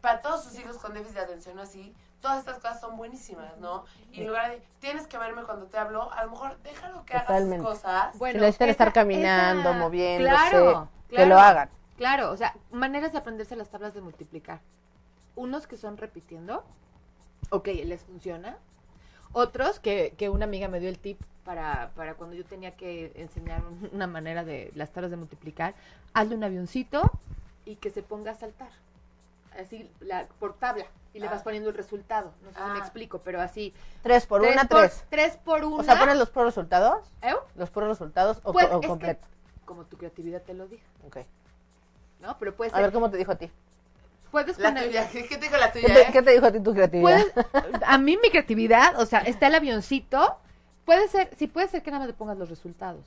Speaker 4: para todos sus hijos con déficit de atención o así, todas estas cosas son buenísimas, ¿no? Y en lugar de, tienes que verme cuando te hablo, a lo mejor déjalo que haga sus
Speaker 2: Totalmente.
Speaker 4: cosas.
Speaker 3: Bueno,
Speaker 2: Si necesitan estar
Speaker 3: esa-
Speaker 2: caminando,
Speaker 3: esa-
Speaker 2: moviéndose,
Speaker 3: claro,
Speaker 2: que
Speaker 3: claro,
Speaker 2: lo hagan.
Speaker 3: Claro, o sea, maneras de aprenderse las tablas de multiplicar. Unos que son repitiendo, ok, les funciona. Otros que, que una amiga me dio el tip para, para cuando yo tenía que enseñar un- una manera de las tablas de multiplicar, hazle un avioncito y que se ponga a saltar. así la, por tabla y le
Speaker 4: Ah.
Speaker 3: vas poniendo el resultado. No sé si
Speaker 4: Ah.
Speaker 3: me explico, pero así.
Speaker 2: Tres por una, tres.
Speaker 3: Tres por una.
Speaker 2: O sea, pones los puros resultados,
Speaker 3: ¿eh?
Speaker 2: los puros resultados o,
Speaker 3: Pues,
Speaker 2: co- o
Speaker 3: es que-
Speaker 2: completo.
Speaker 3: como tu creatividad te lo dijo,
Speaker 2: Ok.
Speaker 3: ¿no? Pero puedes,
Speaker 2: A ver cómo te dijo a ti.
Speaker 3: puedes
Speaker 4: La
Speaker 3: poner-
Speaker 4: tuya, ¿qué te digo la
Speaker 2: ¿Qué
Speaker 4: tuya?
Speaker 2: te,
Speaker 4: eh?
Speaker 2: qué te dijo a ti tu creatividad?
Speaker 3: puedes- a mí mi creatividad, o sea, está el avioncito. Puede ser, sí puede ser que nada más le pongas los resultados.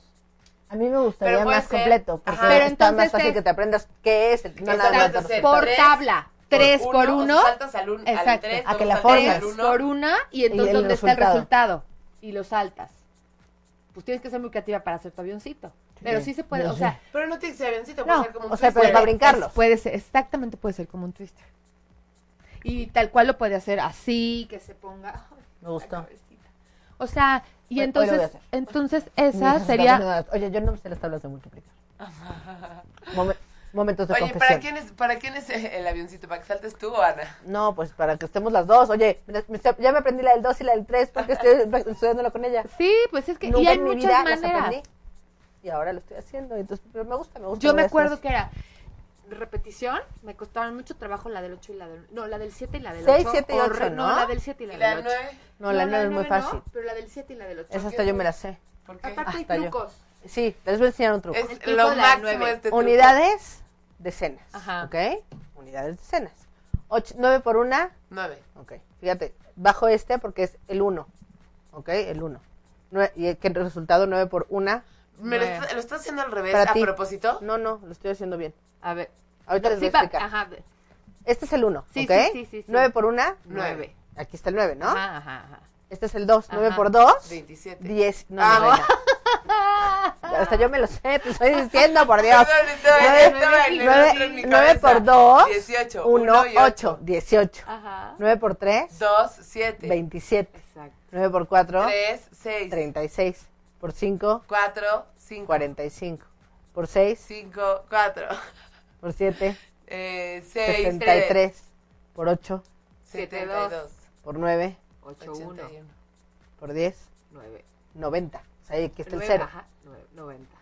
Speaker 2: A mí me gustaría
Speaker 4: Pero puede
Speaker 2: más
Speaker 4: ser-
Speaker 2: completo, porque
Speaker 4: Ajá.
Speaker 2: está
Speaker 4: Pero
Speaker 2: más
Speaker 3: entonces
Speaker 2: fácil
Speaker 3: es-
Speaker 2: que te aprendas qué es el no nada
Speaker 4: Exacto,
Speaker 2: más los
Speaker 4: es el-
Speaker 2: resultados.
Speaker 3: por
Speaker 4: tres,
Speaker 3: tabla. Tres por
Speaker 4: o
Speaker 3: uno.
Speaker 4: sea, saltas al un- al
Speaker 3: Exacto,
Speaker 4: tres,
Speaker 2: a
Speaker 4: luego
Speaker 2: que la
Speaker 4: saltas al
Speaker 2: formes.
Speaker 3: tres
Speaker 4: uno.
Speaker 3: por una y entonces
Speaker 2: el
Speaker 3: dónde está
Speaker 2: resultado.
Speaker 3: el resultado y lo saltas. Pues tienes que ser muy creativa para hacer tu avioncito. Pero sí se puede,
Speaker 2: yo
Speaker 3: o
Speaker 2: sé.
Speaker 3: sea,
Speaker 4: Pero no tiene que ser avioncito, puede
Speaker 3: no,
Speaker 4: ser como un
Speaker 2: o sea,
Speaker 4: twister.
Speaker 2: pero para brincarlos.
Speaker 3: puede ser, exactamente puede ser como un twister. Y tal cual lo puede hacer así, que se ponga. ay,
Speaker 2: Me gustó.
Speaker 3: la cabecita. O sea,
Speaker 2: Hoy- hoy lo
Speaker 3: y
Speaker 2: voy a
Speaker 3: entonces,
Speaker 2: hacer.
Speaker 3: entonces
Speaker 2: Mis
Speaker 3: esa
Speaker 2: resultados
Speaker 3: sería
Speaker 2: nada más. Oye, yo no sé las tablas de multiplicar. Momen- momentos de
Speaker 4: Oye,
Speaker 2: confesión.
Speaker 4: ¿para quién, es, ¿para quién es eh, el avioncito? ¿Para que saltes tú o Ana?
Speaker 2: No, pues para que estemos las dos. Oye, mira, me- ya me aprendí la del 2 y la del 3 porque estoy estudiándolo con ella.
Speaker 3: Sí, pues es que y
Speaker 2: Nunca
Speaker 3: hay
Speaker 2: en mi
Speaker 3: muchas
Speaker 2: vida las aprendí.
Speaker 3: maneras.
Speaker 2: Y ahora lo estoy haciendo. Entonces, pero me gusta, me gusta.
Speaker 3: Yo
Speaker 2: lo
Speaker 3: me
Speaker 2: voy a
Speaker 3: acuerdo que
Speaker 2: hacer.
Speaker 3: era repetición, me costaban mucho trabajo la del 8 y la del no, la del 7 y la del 8.
Speaker 2: Seis, siete y ocho, ¿no?
Speaker 3: la del 7 y la
Speaker 4: ¿Y
Speaker 3: del
Speaker 4: la
Speaker 3: 8.
Speaker 4: nueve?
Speaker 2: No, la 9 es muy fácil.
Speaker 3: pero la del 7 y la del 8.
Speaker 2: Esa hasta yo me la sé.
Speaker 4: ¿Por qué?
Speaker 3: Aparte hay
Speaker 2: Hasta yo.
Speaker 3: trucos.
Speaker 2: Sí, les voy a enseñar un truco.
Speaker 4: Es
Speaker 3: el truco
Speaker 4: lo
Speaker 3: de la
Speaker 4: máximo
Speaker 3: nueve.
Speaker 4: este truco.
Speaker 2: Unidades, decenas.
Speaker 3: Ajá.
Speaker 2: ¿Ok? Unidades, decenas. 9 por 1.
Speaker 4: Nueve.
Speaker 2: Ok. Fíjate, bajo este porque es el 1. ¿Ok? El 1. Y el que el resultado 9 por 1.
Speaker 4: ¿Me lo,
Speaker 3: Nueve.
Speaker 4: está- lo estás haciendo al revés
Speaker 2: Para
Speaker 4: a
Speaker 2: ti.
Speaker 4: propósito?
Speaker 2: No, no, lo estoy haciendo bien.
Speaker 3: A ver.
Speaker 2: Ahorita les voy
Speaker 3: Sí,
Speaker 2: a
Speaker 3: pa-
Speaker 2: explicar.
Speaker 3: ajá.
Speaker 2: Este es el 1,
Speaker 3: Sí,
Speaker 2: ¿ok?
Speaker 3: sí, sí, sí, sí.
Speaker 2: 9 por 1,
Speaker 4: Nueve.
Speaker 3: 9.
Speaker 2: aquí está el 9, ¿no?
Speaker 3: Ajá, ajá, ajá.
Speaker 2: Este es el 2, 9
Speaker 3: Ajá.
Speaker 2: por 2,
Speaker 4: 27.
Speaker 2: 10. No,
Speaker 4: Ah,
Speaker 2: mi reina. Ya, Hasta yo me lo sé, te estoy diciendo, por Dios.
Speaker 4: Perdón, estaba-
Speaker 2: Nueve-
Speaker 4: estaba en el
Speaker 2: nueve-
Speaker 4: otro en mi
Speaker 2: nueve
Speaker 4: cabeza.
Speaker 2: por dos,
Speaker 4: 18.
Speaker 2: 1,
Speaker 4: 1 y
Speaker 2: 8, 18.
Speaker 3: Ajá.
Speaker 2: 9 por 3,
Speaker 4: 2, 7.
Speaker 2: 27.
Speaker 3: Exacto.
Speaker 2: 9 por 4,
Speaker 4: 3, 6.
Speaker 2: 36. Por 5,
Speaker 4: 4, 5.
Speaker 2: 45. Por 6,
Speaker 4: 5, 4.
Speaker 2: por 7,
Speaker 4: 6, 63.
Speaker 2: 63. Por 8,
Speaker 4: 72.
Speaker 2: por 9,
Speaker 3: 8, 1,
Speaker 4: 81.
Speaker 2: por 10,
Speaker 3: 9.
Speaker 2: 90. O sea, ahí aquí está el
Speaker 3: 9,
Speaker 2: 0.
Speaker 3: ajá. 9, 90.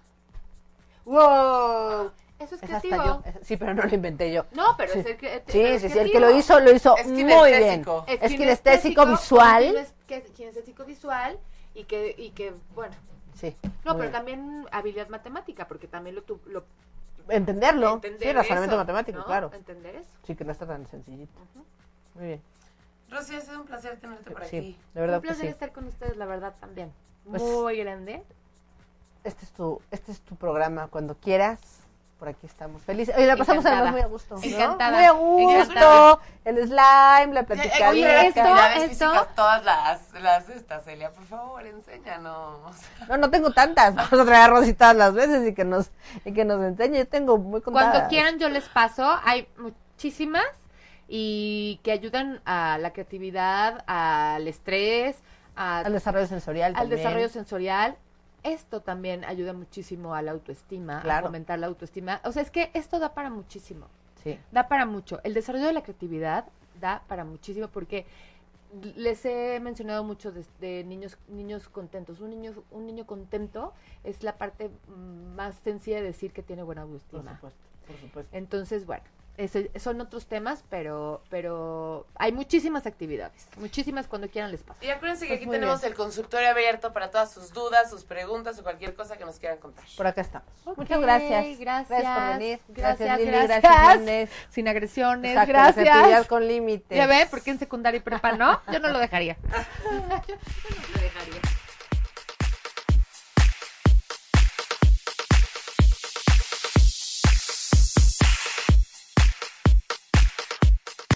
Speaker 3: ¡Wow! Eso
Speaker 2: Es
Speaker 3: es
Speaker 2: hasta
Speaker 3: creativo.
Speaker 2: yo. Sí, pero no lo inventé yo.
Speaker 3: No, pero
Speaker 2: Sí.
Speaker 3: es el que
Speaker 2: Sí, sí, sí, el que lo hizo, lo hizo
Speaker 4: Es
Speaker 2: muy bien.
Speaker 4: kinestésico.
Speaker 2: Es kinestésico visual.
Speaker 3: Es kines- kinestésico visual y que, y que bueno,
Speaker 2: Sí.
Speaker 3: no,
Speaker 2: muy
Speaker 3: pero
Speaker 2: bien.
Speaker 3: también habilidad matemática, porque también lo, tu, lo
Speaker 2: Entenderlo.
Speaker 3: entender
Speaker 2: sí, razonamiento
Speaker 3: eso,
Speaker 2: matemático,
Speaker 3: ¿no?
Speaker 2: claro.
Speaker 3: Entender eso.
Speaker 2: Sí, que no está tan sencillito. Muy bien.
Speaker 4: Rosy, ha sido un placer tenerte por
Speaker 2: Sí,
Speaker 4: aquí.
Speaker 2: de verdad
Speaker 3: Un
Speaker 2: que
Speaker 3: placer
Speaker 2: sí.
Speaker 3: estar con ustedes, la verdad, también.
Speaker 2: Pues-
Speaker 3: Muy grande.
Speaker 2: Este es tu, este es tu programa. Cuando quieras, por aquí estamos felices. Oye, la pasamos
Speaker 3: Encantada.
Speaker 2: además muy a gusto. ¿no?
Speaker 3: Encantada,
Speaker 2: Muy a gusto.
Speaker 3: encantada.
Speaker 2: El slime, la
Speaker 4: Oye,
Speaker 2: platicadita.
Speaker 4: oye,
Speaker 3: esto-
Speaker 4: actividades
Speaker 3: esto-
Speaker 4: físicas, todas las, las de estas, Celia, por favor, enséñanos.
Speaker 2: No, no tengo tantas. Vamos a traer a Rosy todas las veces y que nos, y que nos enseñe. Yo tengo muy contadas.
Speaker 3: Cuando quieran yo les paso, hay muchísimas y que ayudan a la creatividad, al estrés, a-
Speaker 2: Al desarrollo sensorial.
Speaker 3: al
Speaker 2: también.
Speaker 3: desarrollo sensorial. Esto también ayuda muchísimo a la autoestima,
Speaker 2: Claro.
Speaker 3: a fomentar la autoestima. O sea, es que esto da para muchísimo.
Speaker 2: Sí.
Speaker 3: da para mucho. El desarrollo de la creatividad da para muchísimo porque les he mencionado mucho de, de niños niños contentos. Un niño un niño contento es la parte mm, más sencilla de decir que tiene buena
Speaker 2: Por
Speaker 3: autoestima.
Speaker 2: supuesto. Por supuesto.
Speaker 3: Entonces, bueno, ese- son otros temas, pero pero hay muchísimas actividades. Muchísimas cuando quieran les paso.
Speaker 4: Y acuérdense que
Speaker 2: Pues
Speaker 4: aquí
Speaker 2: muy
Speaker 4: tenemos
Speaker 2: bien.
Speaker 4: el consultorio abierto para todas sus dudas, sus preguntas o cualquier cosa que nos quieran contar.
Speaker 2: Por acá estamos.
Speaker 3: Ok,
Speaker 2: Muchas gracias.
Speaker 3: gracias.
Speaker 2: por venir.
Speaker 3: Gracias,
Speaker 2: Gracias, Lili.
Speaker 3: gracias.
Speaker 2: Gracias, Lunes.
Speaker 3: Sin agresiones,
Speaker 2: Exacto, la creatividad
Speaker 3: gracias.
Speaker 2: con límites.
Speaker 3: Ya ve, porque en secundaria y prepa no, yo no lo dejaría.